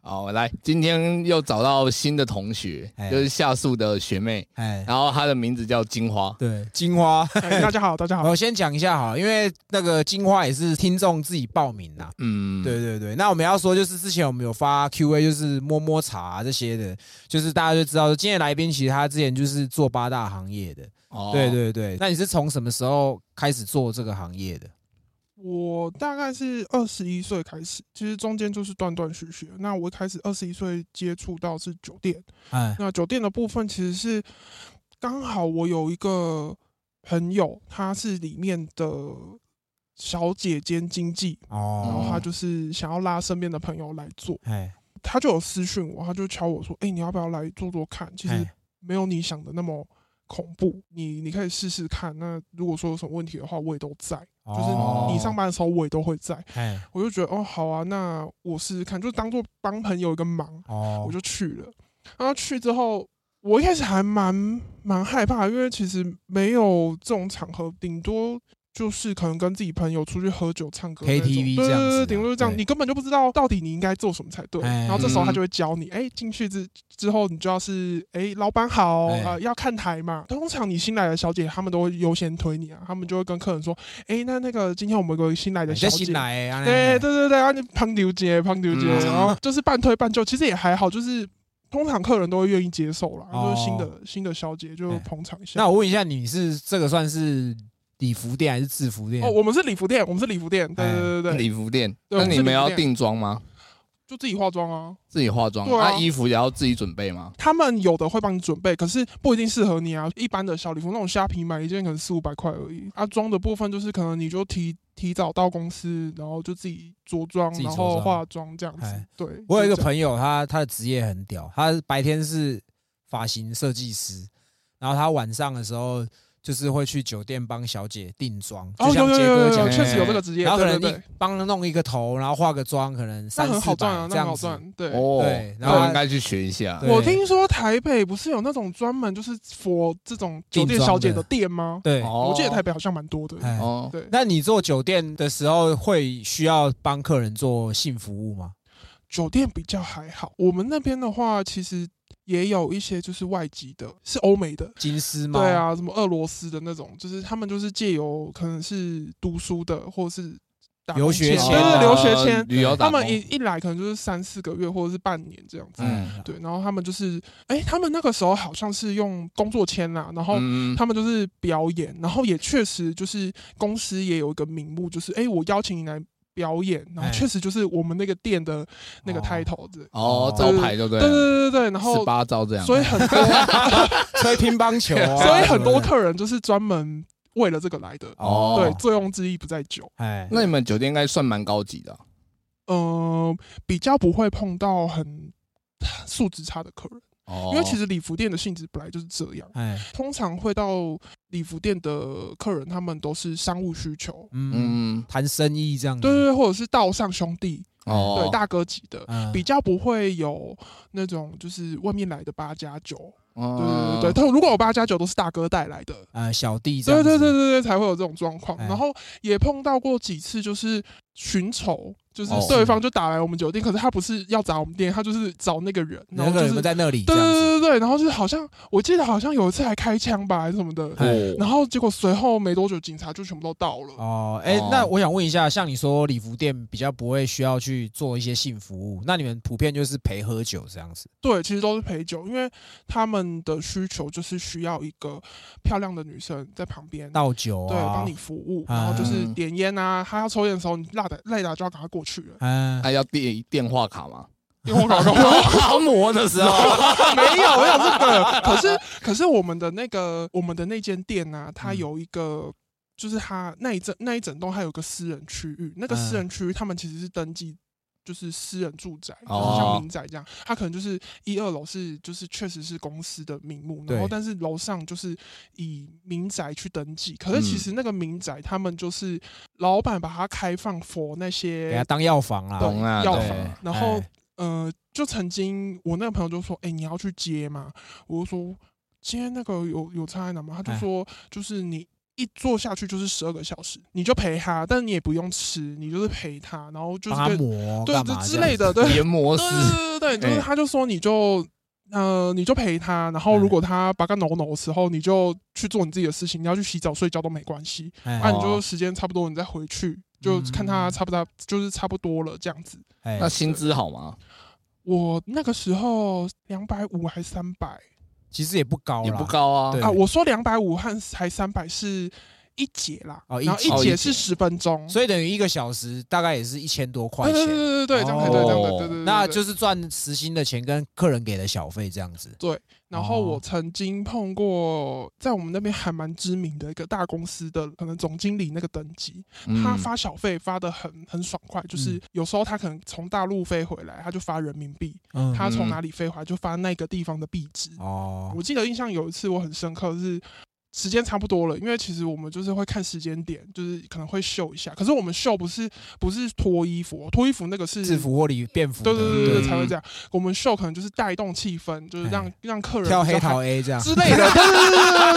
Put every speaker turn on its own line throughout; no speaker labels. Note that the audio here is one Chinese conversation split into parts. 好，来，今天又找到新的同学，
哎
就是夏树的学妹，
哎，
然后她的名字叫金花。
对，金花，
哎大家好，大家好。
我先讲一下好了，因为那个金花也是听众自己报名啦。
嗯，
对对对，那我们要说就是之前我们有发 Q&A，就是摸摸茶、啊这些的，就是大家就知道说今天的来宾其实他之前就是做八大行业的。
哦
对，对对，那你是从什么时候开始做这个行业的？
我大概是二十一岁开始，其实中间就是断断续续。那我一开始二十一岁接触到是酒店，
哎
那酒店的部分其实是刚好我有一个朋友，她是里面的小姐兼经济，然后
哦，
她就是想要拉身边的朋友来做，
哎
她就有私讯我，她就敲我说：“哎、你要不要来做做看？”其实
哎
没有你想的那么恐怖，你你可以试试看。那如果说有什么问题的话，我也都在，
哦
就是你上班的时候我也都会在。
哎
我就觉得哦，好啊，那我试试看，就当做帮朋友一个忙，
哦，
我就去了。然后去之后，我一开始还蛮蛮害怕，因为其实没有这种场合，顶多就是可能跟自己朋友出去喝酒、唱歌那种
KTV
对
这样
对
子
对，
啊
顶多就这样，
对
你根本就不知道到底你应该做什么才对。
哎
然后这时候他
嗯
就会教你，哎，进去之之后你就要是，哎，老板好，
哎
呃，要看台嘛。通常你新来的小姐，她们都会优先推你啊，她们就会跟客人说，哎，那那个今天我们有个新来
哎
的
你
小
在
姐，
新来，哎
对，对对对，然后就胖丢姐，胖丢姐，
嗯
然后就是半推半就，其实也还好，就是通常客人都会愿意接受啦，
哦
就是新的新的小姐就捧场一下。
那我问一下，你是这个算是礼服店还是制服店？
哦，我们是礼服店，我们是礼服店，对
哎
对对对，
礼服店，
对我
那
们
你
是
们
礼服
要
店
定妆吗？
就自己化妆啊。
自己化妆，
对啊
那衣服也要自己准备吗？
他们有的会帮你准备，可是不一定适合你啊。一般的小礼服，那种虾皮买一件可能四五百块而已。啊，妆的部分就是可能你就提提早到公司，然后就自己着妆，
自己
然
着
后
妆
化妆这样子
哎。
对，
我有一个
就这样
朋友，他他的职业很屌，他白天是发型设计师，然后他晚上的时候就是会去酒店帮小姐定妆，就
哦，
像
有有
杰
有
哥
有
讲
有，
的，
确实有这个职业，
然后可
对
能
对
一
对，
帮弄一个头，然后化个妆，可能
那
三
很
四
好
百
赚啊，
这
那很
样
好
子。
赚，对。
哦，
对，然
那我
后
应
他
该去学一下
对。
我听说台北不是有那种专门就是佛这种酒店小姐的店吗？
对，
哦
我记得台北好像蛮多的。
哎，
哦，
对，
那你做酒店的时候会需要帮客人做性服务吗？
酒店比较还好。我们那边的话，其实也有一些就是外籍的，是欧美的。
金丝猫？
对，啊，什么俄罗斯的那种，就是他们就是借由可能是读书的，或者是打工
留学
签
签
对对，
啊
留学签，
旅游打
他
工
们一一来可能就是三四个月，或者是半年这样子。
哎
嗯
对，然后他们就是，哎，他们那个时候好像是用工作签啦，然后
嗯，
他们就是表演，然后也确实就是公司也有一个名目，就是哎、诶我邀请你来表演，然后
哎
确实就是我们那个店的那个
哦
title 的，
哦
哦，
招牌就对了，
对对对对对，然
十
后
八招这样，
所以很 多，
吹乒乓球啊，
所以很
什
多
么的
客人就是专门为了这个来的，
哦，
对，醉翁之意不在酒，
哎，
那你们酒店应该算蛮高级的啊，
嗯，比较不会碰到很素质差的客人，
哦，
因为其实礼服店的性质本来就是这样，
哎，
通常会到礼服店的客人，他们都是商务需求。
嗯，
嗯，
谈生意这样子，
对对，对，或者是道上兄弟，
哦，
对大哥级的，
嗯
比较不会有那种就是外面来的八加九，对
嗯
对对，，他如果有八加九都是大哥带来的，
呃小弟这
对
样子，
对对对对，才会有这种状况。
哎
然后也碰到过几次就是寻仇，就是
哦
对方就打来我们酒店，可是他不是要砸我们店，他就是找那个人，
那
然后
个
就
人
是
们在那里这
对对
样子，
对对对，然后就是好像我记得好像有一次还开枪吧还是什么的，
哎
然后结果随后没多久警察就全部都到了。
哦，哎
哦，
那我想问一下，像你说礼服店比较不会需要去做一些性服务，那你们普遍就是陪喝酒这样子，
对，其实都是陪酒，因为他们的需求就是需要一个漂亮的女生在旁边，
倒酒啊，
对，帮你，服务，然后就是点烟啊，他要抽烟的时候，你辣的累打就要赶快过去了。
嗯，
还要电电话卡 吗？
因为 我搞搞没
劳模的时候，
有，我有这个。可是可是我们的那个我们的那间店啊，它
嗯
有一个。就是它那一整那一整栋，它有个私人区域，那
嗯
个私人区域他们其实是登记，就是私人住宅，就是
哦
像民宅这样。它可能就是一二楼是就是确实是公司的名目，然后
对
但是楼上就是以民宅去登记。可是其
嗯
实那个民宅他们就是老板把它开放 for 那些
给他当药房啦，
懂啊，
药
懂
房
对
然后
哎
呃，就曾经我那个朋友就说：“哎、你要去接吗？”我就说：“今天那个有有差在哪吗？”他就
哎
说：“就是你一坐下去就是十二个小时，你就陪他，但你也不用吃，你就是陪他，然后就是
帮他
对
磨
对
干嘛
这
这
之
样
类的，对对
研磨
对
师，
对对对，就是
哎
他就说你就。呃，你就陪他，然
哎
后如果他八嘎挠挠的时候，你就去做你自己的事情，你要去洗澡、睡觉都没关系。
哎嗯
啊，你就时间差不多，你再回去，就看他差不多，就是差不多了这样子。
哎
那薪资好吗？
我那个时候两百五还三百
其实也不高
也
啦，
不高啊
对，
啊，我说两百五和还三百是一节啦，
哦一
然后
节
一节是十分钟，
所以等于一个小时大概也是一千多块
对对
钱，哦
对对对，这样才对，这样才对对对对。
那
对
就是赚时薪的钱跟客人给的小费这样子。
然后
哦
我曾经碰过在我们那边还蛮知名的一个大公司的可能总经理那个等级，
嗯
他发小费发的很很爽快，
嗯
就是有时候他可能从大陆飞回来，他就发人民币，
嗯
他
嗯
从哪里飞回来就发那个地方的币值。
哦
我记得印象有一次我很深刻是。时间差不多了，因为其实我们就是会看时间点，就是可能会秀一下。可是我们秀不是不是脱衣服哦，脱衣服那个是
制服或礼便服的，
对对对对对
嗯
才会这样。我们秀可能就是带动气氛，就是让
哎
让客人
跳
比较
黑
嗨
桃 A 这样，
之类的，对对对对对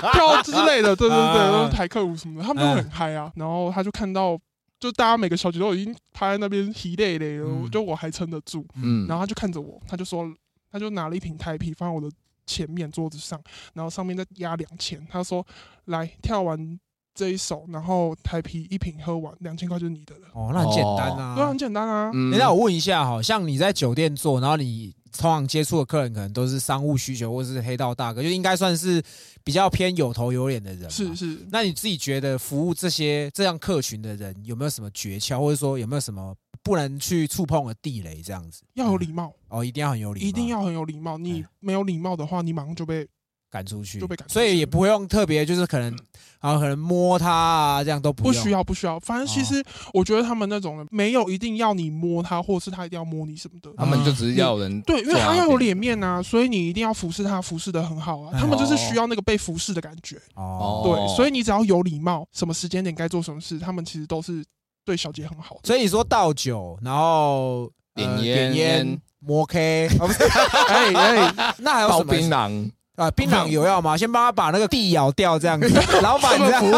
对，跳之类的，对对对，
啊
然后台客舞什么的，他们都很嗨啊。然后他就看到，就大家每个小姐都已经趴在那边疲累累了，
嗯
就我还撑得住。
嗯
然后他就看着我，他就说，他就拿了一瓶台啤放在我的前面桌子上，然后上面再压两千，他说来跳完这一首，然后台啤一瓶喝完，两千块就是你的了。
哦，那很简单
对啊，
啊
很。简单啊。
嗯
诶那我问一下，好像你在酒店做，然后你通常接触的客人可能都是商务需求或是黑道大哥，就应该算是比较偏有头有脸的人嘛。
是是，
那你自己觉得服务这些这样客群的人有没有什么诀窍，或者说有没有什么不能去触碰的地雷这样子？
要有
嗯
礼貌，
哦，一定要很有礼貌，
一定要很有礼貌。你
哎
没有礼貌的话，你马上就被
赶出去，
就被赶出去
所以也不会用特别，就是可能啊，可能摸他啊，这样都不
不
用
需要，不需要。反正其实我觉得他们那种人没有一定要你摸他，或者是他一定要摸你什么的。
他们就只啊是要有人
对，因为
做
他
啊
要有脸面啊，所以你一定要服侍他，服侍的很好啊。
哎
他们就是需要那个被服侍的感觉。
哦。
哦
对，所以你只要有礼貌，什么时间点该做什么事，他们其实都是对小姐很好的。
所以你说倒酒，然后呃
点
点
烟
烟、摸 K，哦不是，
哎哎，
那还有
倒
什么
槟榔，
啊？槟榔有要吗？先帮他把那个地咬掉，这样子。 老板这样
没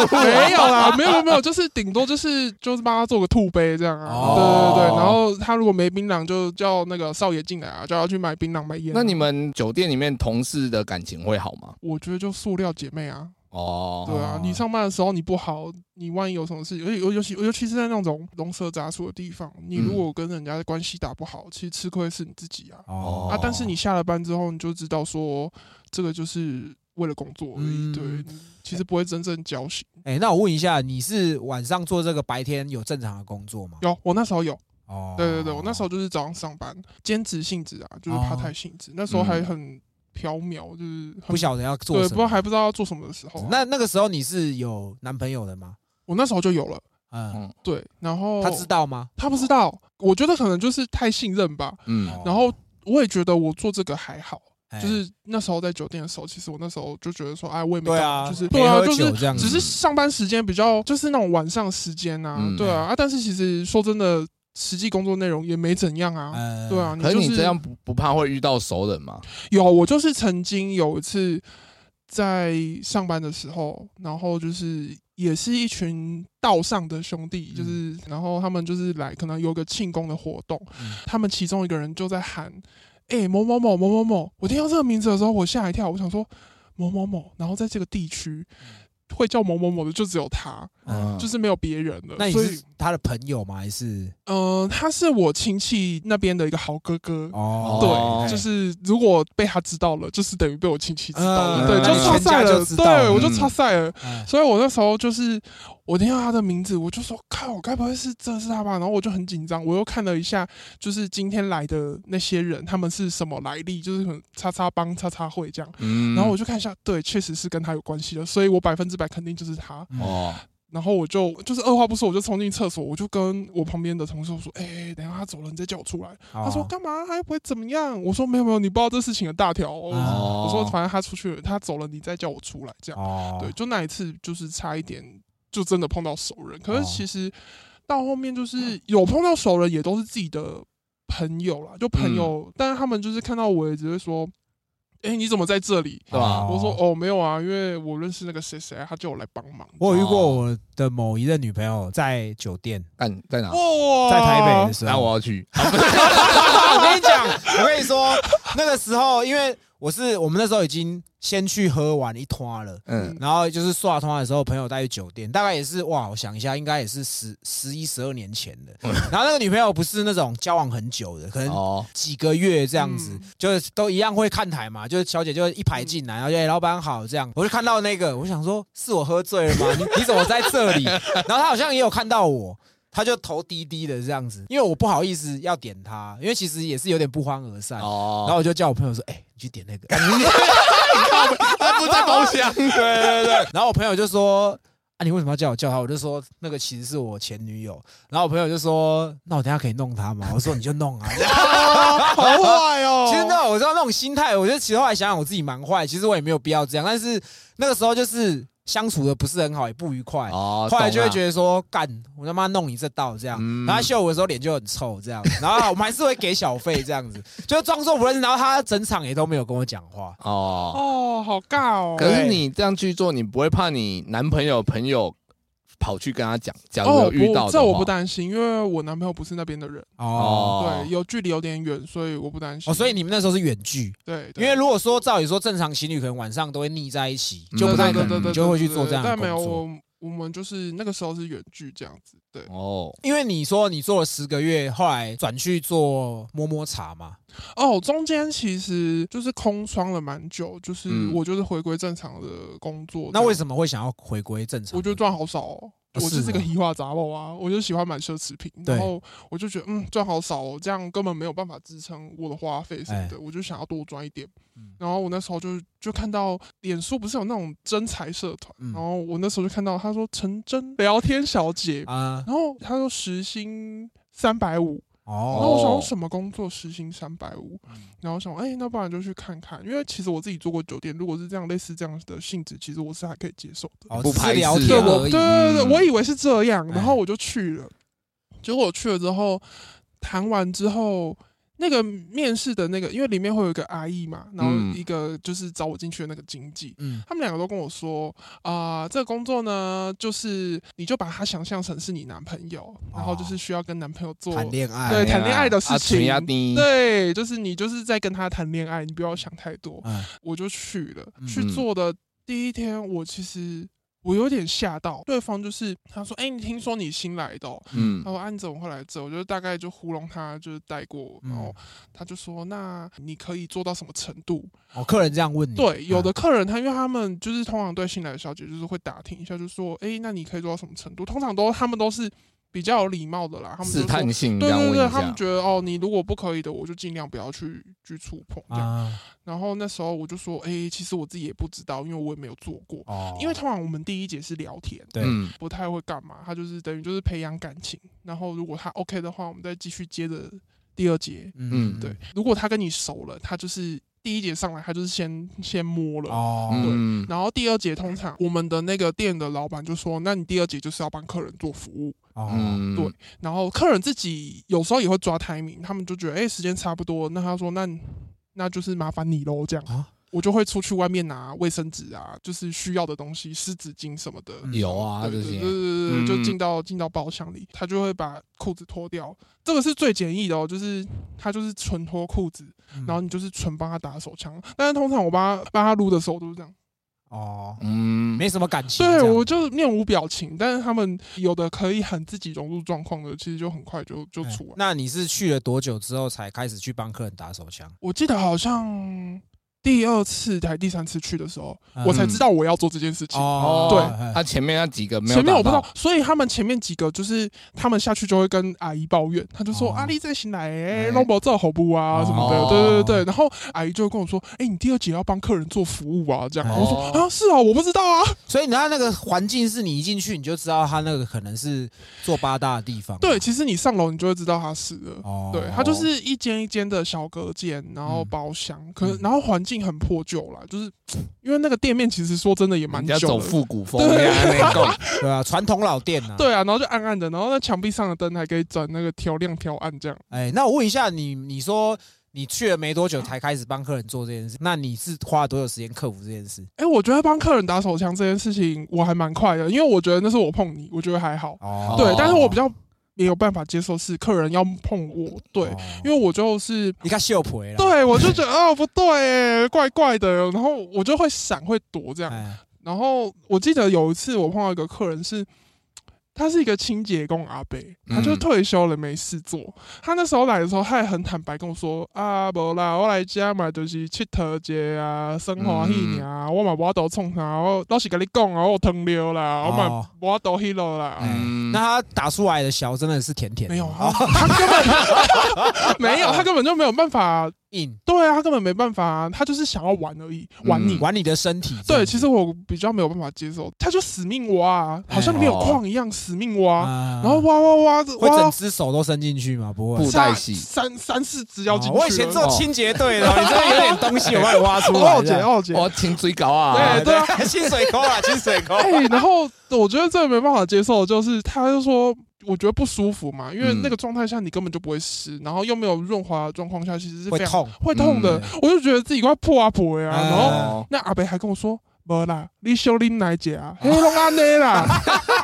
有 啦，没有没有没有，就是顶多就是就是帮他做个兔杯这样啊。
哦
对对对，然后他如果没槟榔，就叫那个少爷进来啊，叫他去买槟榔买烟啊。
那你们酒店里面同事的感情会好吗？
我觉得就塑料姐妹啊。
哦，
对啊
哦，
你上班的时候你不好，你万一有什么事，尤其尤其尤其是在那种龙蛇杂处的地方，你
嗯
如果跟人家的关系打不好，其实吃亏是你自己啊。
哦
啊，但是你下了班之后，你就知道说这个就是为了工作而已，
嗯
对，你其实不会真正交心。
哎，那我问一下，你是晚上做这个，白天有正常的工作吗？
有，我那时候有，
哦，
对对对，我那时候就是早上上班，兼职性质啊，就是
哦嗯
怕太性质，那时候还很缥缈，就是很
不晓得要做
对，
什
不
么，
知道还不知道要做什么的时候啊，
那那个时候你是有男朋友的吗？
我那时候就有了，
嗯，
对，然后
他知道吗？
他不知道，我觉得可能就是太信任吧。
嗯，
哦
然后我也觉得我做这个还好，
哎
就是那时候在酒店的时候，其实我那时候就觉得说，哎，我也没
对
干嘛
啊
就是
没
对啊，
喝
就
酒
是
嗯
这样
只
子
是上班时间比较就是那种晚上时间啊，
嗯
对啊啊，但是其实说真的，实际工作内容也没怎样啊。
呃
对啊，，你
哎可是
就
你
是
这样不不怕会遇到熟人吗？
有我就是曾经有一次在上班的时候，然后就是也是一群道上的兄弟，
嗯
就是然后他们就是来可能有个庆功的活动，
嗯
他们其中一个人就在喊：“哎、某某某某某某！”我听到这个名字的时候，我吓一跳，我想说某某某，然后在这个地
嗯
区。会叫某某某的就只有他，
嗯
就是没有别人了。
那你
所以
是，他的朋友吗？还是
嗯、他是我亲戚那边的一个好哥哥，
哦，
对
哎
就是如果被他知道了，就是等于被我亲戚知道
嗯
了，对，
嗯
就差赛
全家
了，
就知道了
对我就
嗯
差赛了。
哎
所以我那时候就是我听到他的名字，我就说靠，我该不会是真的是他吧？然后我就很紧张，我又看了一下，就是今天来的那些人，他们是什么来历，就是可能叉叉帮、叉叉会这样。
嗯，
然后我就看一下，对，确实是跟他有关系的，所以我百分之百肯定就是他。
哦，
然后我就就是二话不说，我就冲进厕所，我就跟我旁边的同事说：“哎、等一下他走了，你再叫我出来。”他说
哦
干嘛？他又不会怎么样。我说没有没有，你不知道这事情的大条、哦。
啊
哦
我说反正他出去了，他走了，你再叫我出来这样。
哦，
对，就那一次就是差一点就真的碰到熟人，可
哦
是其实到后面就是有碰到熟人，也
嗯
都是自己的朋友啦，就朋友，但是他们就是看到我也只会说。哎、你怎么在这里？
对吧？
哦
我说哦，没有啊，因为我认识那个谁谁啊，他叫我来帮忙。
我有遇过我的某一任女朋友在酒店，
干在哪？
哇
啊在台北的
啊
时
那
候，
我要去。
我跟你讲，我跟你说，那个时候因为我是我们那时候已经先去喝完一团了。
嗯，
然后就是刷通的时候，朋友带去酒店，大概也是哇，我想一下，应该也是十十一十二年前 的。然后那个女朋友不是那种交往很久的，可能
哦，
几个月这样子，
嗯
就是都一样会看台嘛，就是小姐就一排进来，然后就、哎老板好这样，我就看到那个，我想说是我喝醉了吗？你 你怎么在这里？然后他好像也有看到我。他就头低低的这样子，因为我不好意思要点他，因为其实也是有点不欢而散。然
哦，
后我就叫我朋友说：“哎、你去点那个。”
他 不在包 厢。对对对，
然后我朋友就说：“啊，你为什么要叫我叫他？”我就说：“那个其实是我前女友。”然后我朋友就说：“那我等一下可以弄他吗？”我说：“你就弄啊。”
好坏哦。
其实那我知道那种心态，我觉得其实后来想想我自己蛮坏，其实我也没有必要这样，但是那个时候就是相处的不是很好，也不愉快。
哦，
后来就会
得
觉得说，干，我他妈弄你这道这样，
嗯
然后他秀我的时候脸就很臭这样，然后我们还是会给小费这样子，就装作不认识，然后他整场也都没有跟我讲话，
哦。
哦，好尬哦。
可是你这样去做，你不会怕你男朋友朋友跑去跟他讲？假如
哦
有，遇到的
不这我不
话
担心，因为我男朋友不是那边的人，
哦
哦
对，有距离有点远，所以我不担心。
哦，所以你们那时候是远距，
对，
因
对
为如果说照理说正常情侣可能晚上都会腻在一起，就
嗯
不太可
对对对
能，
对
你就会去
对
做
对
这样的
但
工
没有，
作。
我我们就是那个时候是远距这样子，对。
哦，
因为你说你做了十个月，后来转去做摸摸茶嘛，
哦，中间其实就是空窗了蛮久，就是
嗯
我就是回归正常的工作。
那为
么？
什么会想要回归正常？
我觉得赚好少哦。
啊
我就是是个
哦
移花杂货啊，我就喜欢买奢侈品，
对
然后我就觉得嗯赚好少哦，这样根本没有办法支撑我的花费什么的，我就想要多赚一点
哎嗯。
然后我那时候就就看到脸书不是有那种真才社团，
嗯
然后我那时候就看到他说陈真聊天小姐，
啊，
然后他说时薪三百五，然后
哦，嗯
我想说什么工作时薪三百五，然后我想哎、那不然就去看看，因为其实我自己做过酒店，如果是这样类似这样的性质，其实我是还可以接受的。
哦
不
只是
排斥
聊
对
天
我
而
啊对
已。
对对，
嗯
我以为是这样，
哎
然后我就去了，结果我去了之后谈完之后。那个面试的那个，因为里面会有一个阿姨嘛，然后
嗯
一个就是找我进去的那个经纪，
嗯，
他们两个都跟我说啊、这个工作呢，就是你就把它想象成是你男朋友，然后就是需要跟男朋友做
哦谈恋爱，
对谈恋爱的事情
哎啊纯呀
对，就是你就是在跟他谈恋爱，你不要想太多。
嗯，
我就去了，
嗯
去做的第一天，我其实我有点吓到，对方就是他说：“哎、你听说你新来的、哦？”
嗯
他，说：“啊，你怎么会来这？”我就大概就糊弄他，就是带过我，
嗯
然后他就说：“那你可以做到什么程度
哦，客人这样问？”你，
对，有的
嗯
客人他因为他们就是通常对新来的小姐就是会打听一下，就说：“哎、那你可以做到什么程度？”通常都他们都是比较有礼貌的啦，他们就
试
说。
探性这
对
样
对
问
对，
一
他们
下，
觉得哦，你如果不可以的，我就尽量不要去去触碰这样。
啊，
然后那时候我就说，哎、其实我自己也不知道，因为我也没有做过。
哦，
因为通常我们第一节是聊天，
对
嗯，
不太会干嘛，他就是等于就是培养感情。然后如果他 OK 的话，我们再继续接着第二节。
嗯
对，，如果他跟你熟了，他就是第一节上来，他就是先先摸了。
哦，
嗯，
然后第二节通常我们的那个店的老板就说，那你第二节就是要帮客人做服务。
哦，
嗯，
对然后客人自己有时候也会抓 timing，他们就觉得哎、诶时间差不多，那他说那那就是麻烦你喽这样。
啊
我就会出去外面拿卫生纸啊，就是需要的东西，湿纸巾什么的。
嗯
有啊
对
这些，
对对对对，
嗯
就进到进到包厢里，他就会把裤子脱掉，这个是最简易的哦，就是他就是纯脱裤子，
嗯
然后你就是纯帮他打手枪。但是通常我帮他帮他撸的时候都是这样，
哦，
嗯，
没什么感情这
对
样，
我就面无表情。但是他们有的可以很自己融入状况的，其实就很快就就
哎
出来。
那你是去了多久之后才开始去帮客人打手枪？
我记得好像第二次还第三次去的时候，我才
嗯
知道我要做这件事情。
哦，
对
哎
他前面那几个没有，
前面我不知道，，所以他们前面几个就是他们下去就会跟阿姨抱怨，他就说：“
哦
阿丽在新来，
哎
哎，弄不照好不啊什么
哦
的。”对对对，然后阿姨就会跟我说：“哎，你第二节要帮客人做服务啊，这样。”
哦
哎
我说：“啊，是啊，我不知道啊。
所以你看那个环境是你一进去你就知道他那个可能是做八大的地方。”
对，，其实你上楼你就会知道他是了。
哦
嗯
对，它就是一间一间的小隔间，然后包厢，可能然后环境很破旧啦，就是因为那个店面其实说真的也蛮
人
旧
家走
的。
复古风，人家那 种
对啊，传统老店啊。
对啊，然后就暗暗的，然后那墙壁上的灯还可以转那个调亮调暗这样。
哎，那我问一下你，你说你去了没多久才开始帮客人做这件事，那你是花了多久时间克服这件事？
哎、我觉得帮客人打手枪这件事情我还蛮快的，因为我觉得那是我碰你，我觉得还好。
哦
对，但是我比较没有办法接受是客人要碰我，对，
哦
因为我就是
你看秀婆啦，
对我就觉得哦不对耶，怪怪的，然后我就会闪会躲这样。
哎，
然后我记得有一次我碰到一个客人是，他是一个清洁工阿伯，他就
嗯
退休了没事做。他那时候来的时候，他也很坦白跟我说啊，无啦，我来家嘛就是佚佗节啊，生活
嗯
一年啊，我嘛无都冲啥，我老实跟你讲啊，我糖尿啦，我嘛
哦
无都迄落啦。
哎
嗯
那他打出来的小真的是甜甜的，
没有，啊他
哦
他根本 没有，他根本就没有办法。
硬
对啊，他根本没办法、他就是想要玩而已，玩你。
嗯
玩你的身体。这样
对，
子
其实我比较没有办法接受，他就死命挖、啊，
哎
好像没有矿一样死命挖，
啊
然后挖挖挖这
会整
挖
只手都伸进去吗？不会
不。
三
带洗
三三四只要进
哦
去了。哦
我以前做哎清洁队的，你这边有点东西，我把你挖出来。
奥姐 奥姐，
我挺嘴搞啊
对，对啊，
清水沟啦，清水沟。
哎，然后我觉得最没办法接受的就是，他就说我觉得不舒服嘛，因为
嗯
那个状态下你根本就不会湿，然后又没有润滑的状况下，其实是
会
非常
痛嗯
会痛的，我就觉得自己快破啊破啊，
哎
然后
哦，
那阿伯还跟我说，无啦，你小林来姐啊， 黑龙安内啦。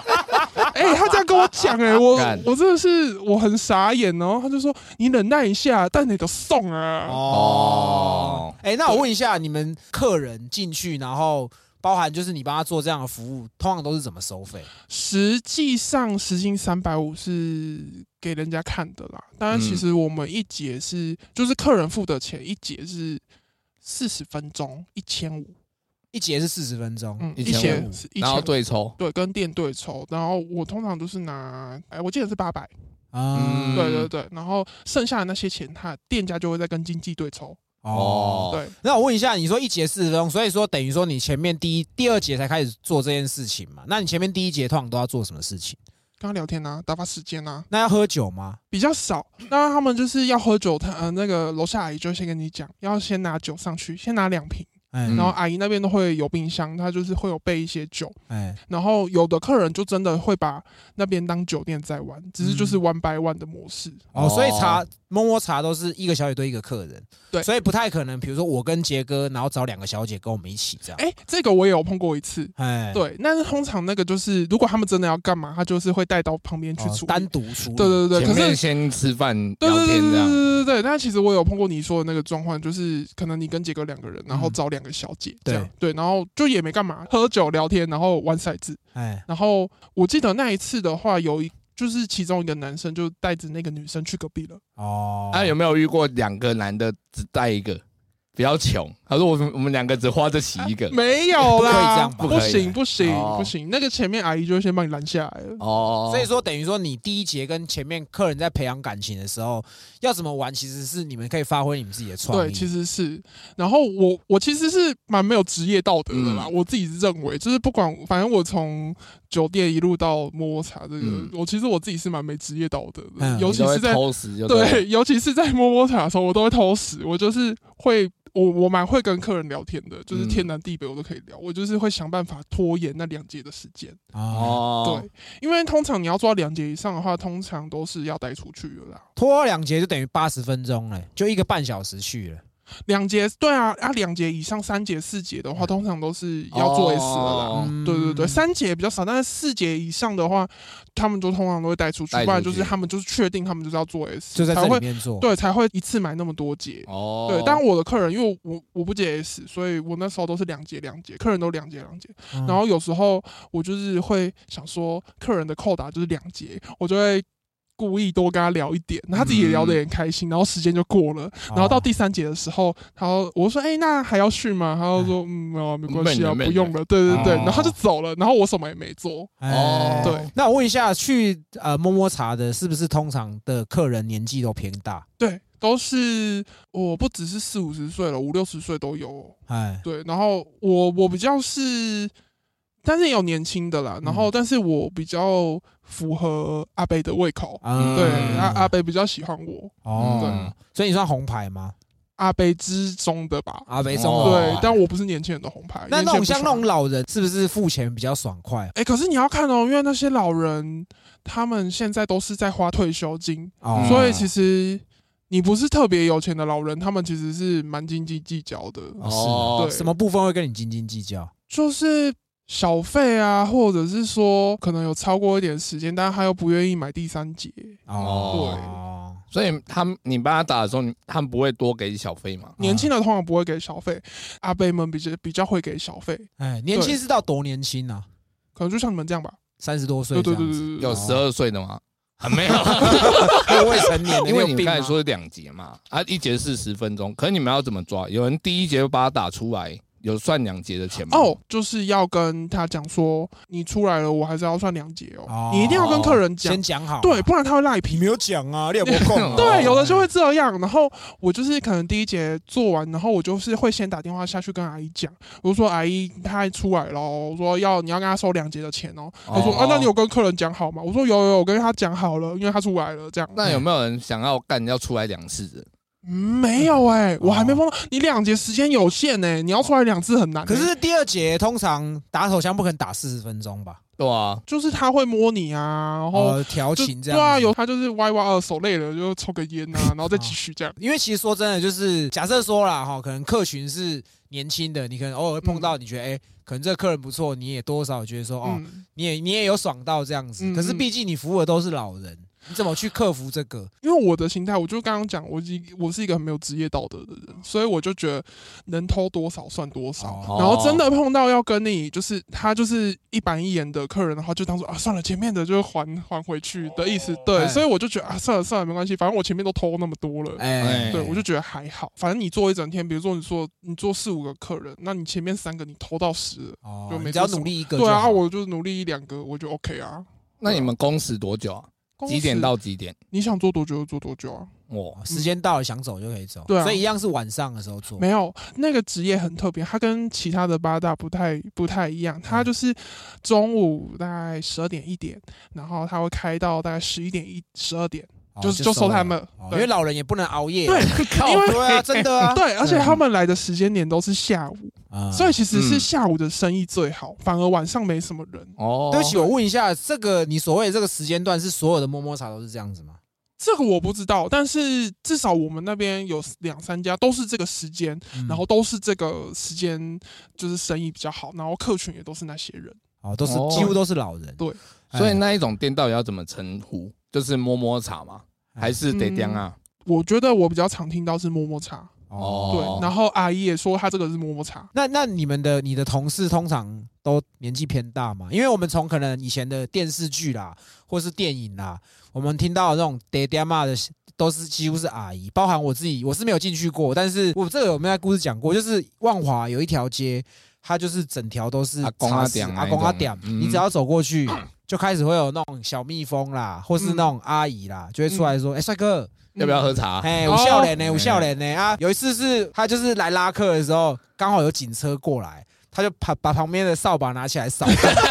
哎、他这样跟我讲， 哎，我
干
我真的是我很傻眼，然后他就说你忍耐一下，但你都送啊。
哦
哎，那我问一下，你们客人进去，然后包含就是你帮他做这样的服务，通常都是怎么收费？
实际上时薪三百五是给人家看的啦，当然
嗯
其实我们一节是、就是客人付的钱，一节是四十分钟一千五，
一节是四十分钟，
嗯，一
1500
节是一
然后
千。
对抽，
对，跟店对抽，然后我通常都是拿，哎，我记得是八百，
啊
嗯
对对对，然后剩下的那些钱，他店家就会再跟经济对抽。
哦
对，
那我问一下，你说一节四十分钟，所以说等于说你前面第一、第二节才开始做这件事情嘛？那你前面第一节通常都要做什么事情？
跟他聊天啊，打发时间啊，
那要喝酒吗？
比较少。那他们就是要喝酒，他呃那个楼下阿姨就先跟你讲，要先拿酒上去，先拿两瓶，
哎、
嗯
然后阿姨那边都会有冰箱，她就是会有备一些酒。
哎，
然后有的客人就真的会把那边当酒店在玩，只是就是 one by one 的模式。
哦，所以
哦
茶摸摸茶都是一个小姐对一个客人，
对
所以不太可能，比如说我跟杰哥，然后找两个小姐跟我们一起这样，
哎、这个我也有碰过一次。
哎，
对，但是通常那个就是，如果他们真的要干嘛，他就是会带到旁边去
哦
处理。
单独处理，
对对对，对
前
可是
面先吃饭
对
聊
对对
天
对
这样，
对对对，那其实我有碰过你说的那个状况，就是可能你跟杰哥两个人，然后
嗯
找两个小姐这样，对，然后就也没干嘛，喝酒聊天，然后玩骰子。
哎，
然后我记得那一次的话，有一就是其中一个男生就带着那个女生去隔壁了，
哦，
啊，有没有遇过两个男的只带一个，比较穷？他说我们我们两个只花得起一个，
没有
不可以这
啦，
样吧
不行不行
哦
不行，那个前面阿姨就会先把你拦下来了。
哦，
所以说，等于说你第一节跟前面客人在培养感情的时候，要怎么玩，其实是你们可以发挥你们自己的创意。
对，其实是，然后我我其实是蛮没有职业道德的啦，
嗯
我自己认为，就是不管，反正我从酒店一路到摸摸茶这个，
嗯
我其实我自己是蛮没职业道德的，
嗯
尤
你
其
都会
是在
偷食就了
对，尤其是在摸摸茶的时候，我都会偷屎，我就是会。我我蛮会跟客人聊天的，就是
嗯
天南地北我都可以聊，我就是会想办法拖延那两节的时间。
哦，
哦，
对，因为通常你要做到两节以上的话，通常都是要带出去的啦。
拖两节就等于八十分钟嘞，就一个半小时去了。
两节对啊，啊两节以上三节四节的话，通常都是要做 S 的啦。
哦
嗯
对对对，三节比较少，但是四节以上的话，他们就通常都会带出去
带，出去
不然就是他们就是确定他们就是要做 S，
就在
才
这里
会
面做。
对才会一次买那么多节。
哦，
对，但我的客人因为我我不解 S，所以我那时候都是两节两节，客人都两节两节。
嗯，
然后有时候我就是会想说，客人的扣打就是两节，我就会故意多跟他聊一点，他自己也聊
嗯
得也很开心，然后时间就过了。然后到
哦
第三节的时候，他说我说哎、那还要续吗？他就 说嗯，哦，没关系啊，
闷了
不用了。对对对，
哦
然后他就走了，然后我什么也没做。
哎
哦
对。
那我问一下，去呃摸摸茶的，是不是通常的客人年纪都偏大？
对，都是我不只是四五十岁了，五六十岁都有哦。
哎，
对，然后我我比较是，但是也有年轻的啦。然后，
嗯
但是我比较符合阿贝的胃口。
啊
对，阿阿北比较喜欢我。
哦
嗯，
所以你算红牌吗？
阿贝之中的吧。
啊，没中
哦
了。
对，但我不是年轻人的红牌。
那那种
年轻
像
啊人不
那
爽
种老人，是不是付钱比较爽快？
哎、可是你要看哦，因为那些老人他们现在都是在花退休金，
哦，
所以其实你不是特别有钱的老人，他们其实是蛮斤斤计较的，
哦是
哦
啊什么部分会跟你斤斤计较？
就是小费啊，或者是说可能有超过一点时间，但他又不愿意买第三节。
哦，
所以他们你帮他打的时候，你他们不会多给小费
啊
吗？
年轻的通常不会给小费，阿伯们比较比较会给小费，
哎，年轻是到多年轻啊？
可能就像你们这样吧。
三十多岁
对
这
对对
样子，
对对
有
对，
十二岁的吗？哦啊，没 有，
还有未成 年的，
因为你
有
们
病
刚才
吗
说是两节嘛，啊，一节四十分钟，可是你们要怎么抓？有人第一节就把他打出来，有算两节的钱吗？
哦，，就是要跟他讲说，你出来了，我还是要算两节
哦
哦，你一定要跟客人讲
先，讲好啊，
对，不然他会赖
你
皮。
没有讲啊，你有没有空啊？
对，有的就会这样。然后我就是可能第一节做完，然后我就是会先打电话下去跟阿姨讲，我就说阿姨她出来了，我说要你要跟她收两节的钱哦。她说
哦
啊，那你有跟客人讲好吗？我说有有有，我跟她讲好了，因为她出来了这样。
那有没有人想要干要出来两次的？
嗯没有哎、我还没碰到你两节时间有限呢、你要出来两次很难欸、
可是第二节通常打手枪不可能打四十分钟吧？
对啊，
就是他会摸你啊，然后
哦，调
就
情这
对
样
啊，
子
有他就是歪歪二手累了就抽个烟啊，然后再继续这样。
因为其实说真的，就是假设说啦哈，可能客群是年轻的，你可能偶尔会碰到，你觉得哎、可能这个客人不错，你也多少觉得说哦，
嗯，
你也你也有爽到这样子。
嗯
可是
嗯
毕竟你服务的都是老人，你怎么去克服这个？
因为我的心态，我就刚刚讲，我一我是一个很没有职业道德的人，所以我就觉得能偷多少算多少。
哦
然后真的碰到要跟你就是他就是一板一眼的客人的话，就当做啊算了，前面的就还还回去的意思。
哎
对，所以我就觉得啊算了算了，没关系，反正我前面都偷那么多了。
哎、
哎
对，我就觉得还好，反正你做一整天，比如说你做你做四五个客人，那你前面三个你偷到十了，
哦，
就没
你只要
做什
努
么
力一个就
对啊，
好
啊我就努力一两个，我就 OK 啊。
那你们工时多久啊？几点
公司
到几点？
你想做多久就做多久啊？
我
哦时间到了想走就可以走，
对啊
所以一样是晚上的时候做。
没有，那个职业很特别，它跟其他的八大不太不太一样。它就是中午大概十二点一点，然后它会开到大概十一点一十二点，
哦
就是就收他们
了哦。因
对
为老人也不能熬夜，啊
对，因为
对啊，真的啊，
对，而且他们来的时间点都是下午，
啊
所以其实是
嗯
下午的生意最好，反而晚上没什么人。
哦，
对不起，我问一下，这个你所谓的这个时间段是所有的摸摸茶都是这样子吗？
这个我不知道，但是至少我们那边有两三家都是这个时间，
嗯
然后都是这个时间，就是生意比较好，然后客群也都是那些人。
哦，都是
哦
几乎都是老人，
对
哎，
所以那一种店到底要怎么称呼？就是摸摸茶嘛，
哎
还是得这样啊？
我觉得我比较常听到是摸摸茶，
哦，
哦
对，然后阿姨也说她这个是摸摸茶，
那那你们的你的同事通常都年纪偏大嘛？因为我们从可能以前的电视剧啦，或是电影啦，我们听到的那种爹爹妈的，都是几乎是阿姨，包含我自己，我是没有进去过，但是我这个有没有在故事讲过？就是万华有一条街，它就是整条都是
阿公
茶
阿
室
店那
阿
一
公阿
种
点，
嗯
你只要走过去。就开始会有那种小蜜蜂啦，或是
嗯
那种阿姨啦，就会出来说：“哎、帅哥，
要不要喝茶？
哎，
哦
我笑脸呢，我笑脸呢啊！有一次是他就是来拉客的时候，刚好有警车过来，他就把把旁边的扫把拿起来扫，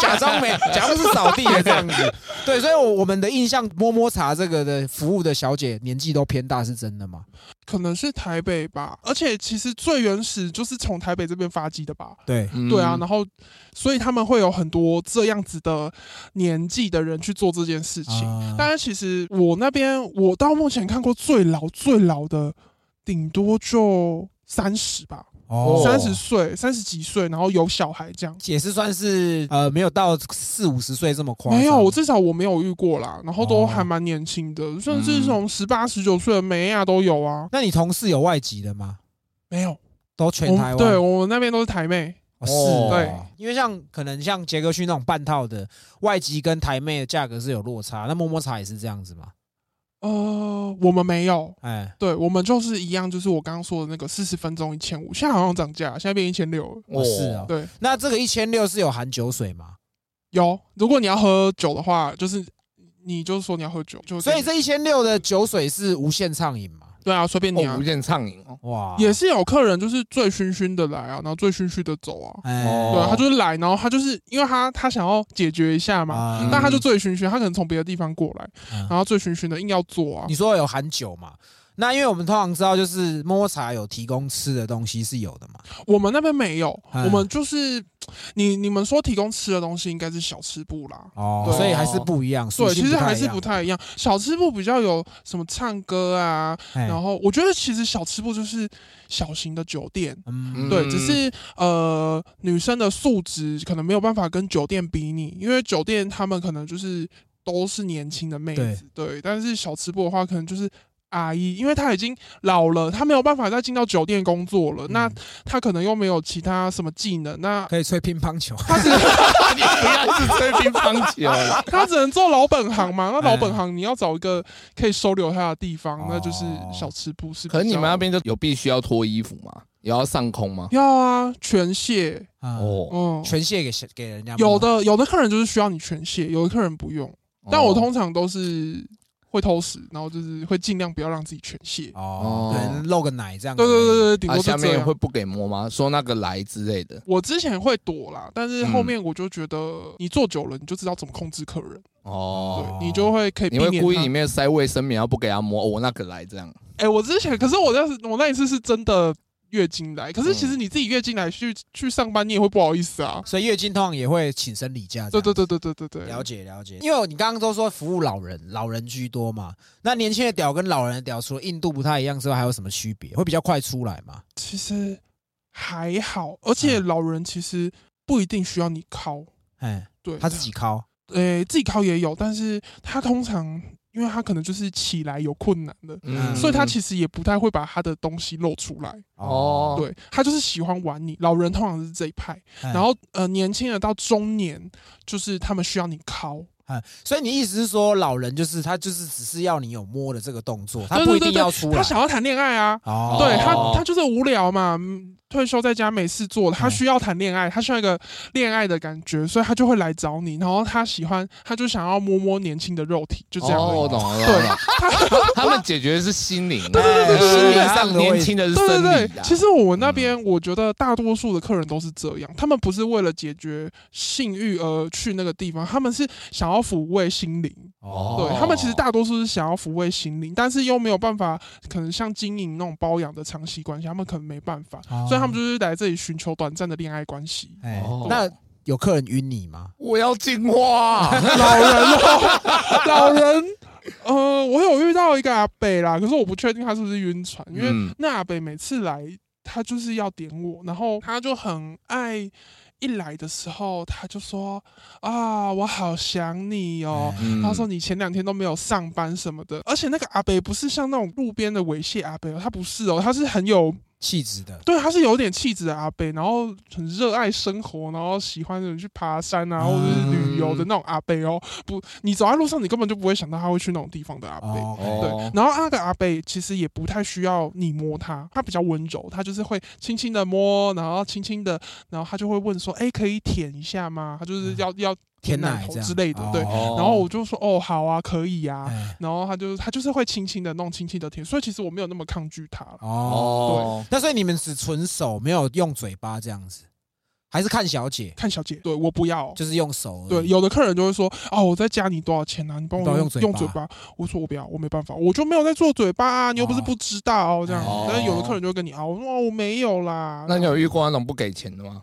假装没 假装是扫地的这样子。对，所以，我我们的印象摸摸茶这个的服务的小姐年纪都偏大，是真的吗？
可能是台北吧，而且其实最原始就是从台北这边发迹的吧。
对，
嗯
对啊，然后所以他们会有很多这样子的年纪的人去做这件事
啊
情。
啊
当然，其实我那边我到目前看过最老最老的，顶多就三十吧，
哦
三十岁、三十几岁，然后有小孩这样。
也是算是呃没有到四五十岁这么夸张，
没有，我至少我没有遇过啦。然后
哦
都还蛮年轻的，甚
嗯
至从十八、十九岁的美亚都有啊。
那你同事有外籍的吗？
没有，
都全
我
台湾？
们哦对啊我们那边都是台妹。
哦是
哦
对，因为像可能像杰哥去那种半套的外籍跟台妹的价格是有落差，那摸摸茶也是这样子嘛？
呃，我们没有，
哎，
对我们就是一样，就是我刚刚说的那个四十分钟一千五，现在好像涨价，现在变一千六了。
哦是啊，
对，
那这个一千六是有含酒水吗？
有，如果你要喝酒的话，就是你就说你要喝酒，就
所以这一千六的酒水是无限畅饮嘛？
对啊，随便你
哦，
啊
无，限畅饮哦，
哇，
也是有客人就是醉醺醺的来啊，然后醉醺醺的走啊，
哎，
哦
对啊，他就是来，然后他就是因为他他想要解决一下嘛，
啊
但他就醉醺醺，他可能从别的地方过来，
嗯
然后醉醺醺的硬要做啊
你，说有含酒嘛？那因为我们通常知道，就是摸茶有提供吃的东西是有的嘛。
我们那边没有，
嗯
我们就是你你们说提供吃的东西应该是小吃部啦。
哦
对
所以还是不一样。属
对，
性
其实还是
不
不太一样。小吃部比较有什么唱歌啊，
太一样。
然后我觉得其实小吃部就是小型的酒店，
哎嗯
嗯
对，只是呃女生的素质可能没有办法跟酒店比拟，因为酒店他们可能就是都是年轻的妹子，对，但是小吃部的话可能就是。阿姨，因为她已经老了，她没有办法再进到酒店工作了。那她可能又没有其他什么技能， 那
嗯可以吹乒乓球。
她只
你不要是吹乒乓球 了，
他只能做老本 行嘛。那
哎
嗯
老本行你要找一个可以收留他的地方
哦，
那就是小吃部是比较。
可是你们那边就有必须要脱衣服吗？也要上空吗？
要啊，全卸，
哦，
哦，
嗯，
全卸给给人家摸
有的有的客人就是需要你全卸，有的客人不
哦
用。但我通常都是会偷食，然后就是会尽量不要让自己全卸。
哦
哦，
对，露个奶这样。
对对对对，顶
啊，
多
下
就这
面
样
会。不给摸吗？说那个来之类的。
我之前会躲啦，但是
嗯
后面我就觉得你做久了，你就知道怎么控制客人，
哦，
对你就会可以避
你会
免
故意
他
里面塞卫生棉，然后不给他摸，哦我那个来这样。
哎、我之前可是我那时我那一次是真的月经来，可是其实
嗯
你自己月经来去去上班，你也会不好意思啊。
所以月经通常也会请生理假。
对对对对对对对，
啊了解了解，因为你刚刚都说服务老人，老人居多嘛。那年轻的屌跟老人的屌，除了硬度不太一样之外，还有什么区别？会比较快出来嘛？
其实还好，而且
嗯
老人其实不一定需要你敲，
哎，
对，
他自己敲
呃、自己敲也有，但是他通常因为他可能就是起来有困难的。
嗯，
所以他其实也不太会把他的东西露出来，
哦，
对他就是喜欢玩你。老人通常是这一派，
哎
然后呃年轻人到中年，就是他们需要你敲，
哎，所以你意思是说，老人就是他就是只是要你有摸的这个动作，他
对
不
对
一定
对对
要出来。
他想要谈恋爱啊，
哦，
对
哦
他，他就是无聊嘛，嗯退休在家没事做，他
嗯
需要谈恋爱，他需要一个恋爱的感觉，所以他就会来找你，然后他喜欢，他就想要摸摸年轻的肉体，就这样
哦，
而
我
已。
懂了，我懂
对
了。 他们解决的是心灵，啊
对对对对
心
心理
理
上
上
的
年
问
轻的是
对
生
对
理
对，
啊。
其实我那边我觉得大多数的客人都是这样，他们不是为了解决性欲而呃去那个地方，他们是想要抚慰心灵。
哦
对他们其实大多数是想要抚慰心灵，但是又没有办法，可能像经营那种包养的长期关系，他们可能没办法，
哦
所以他们就是来这里寻求短暂的恋爱关系。
哎
哦，
那有客人晕你吗？
我要进化，
老人哦，老人，呃，我有遇到一个阿北啦，可是我不确定他是不是晕船，因为
嗯
那阿北每次来，他就是要点我，然后他就很爱。一来的时候，他就说：“啊，我好想你哦。”
嗯
他说你前两天都没有上班什么的，而且那个阿北不是像那种路边的猥亵阿北哦，他不是哦，他是很有
气质的，
对，他是有点气质的阿北，然后很热爱生活，然后喜欢人去爬山啊，或者是旅游的那种阿北哦。不，你走在路上，你根本就不会想到他会去那种地方的阿北。
哦，OK，
对
哦，
然后那个阿北其实也不太需要你摸他，他比较温柔，他就是会轻轻的摸，然后轻轻的，然后他就会问说：“哎、可以舔一下吗？”他就是要、要
舔奶
奶头
这样
之类的，对。
嗯哦
然后我就说：“哦，好啊，可以
哦
啊。
哎
然后他就他就是会轻轻的弄，轻轻的舔，所以其实我没有那么抗拒他。
哦，
哦，
那所以你们只纯手，没有用嘴巴这样子，还是看小姐，
看小姐，对我不要。
就是用手而已，
对，有的客人就会说：“哦，我在加你多少钱啊？你帮
嗯你
我
帮我
用
用嘴巴
用嘴巴。”我说：“我不要，我没办法，我就没有在做嘴巴啊，你又不是
哦
不知道、这样。
哦
但是有的客人就会跟你啊，我说：“哦，我没有啦。”
那你有遇过那种不给钱的 吗？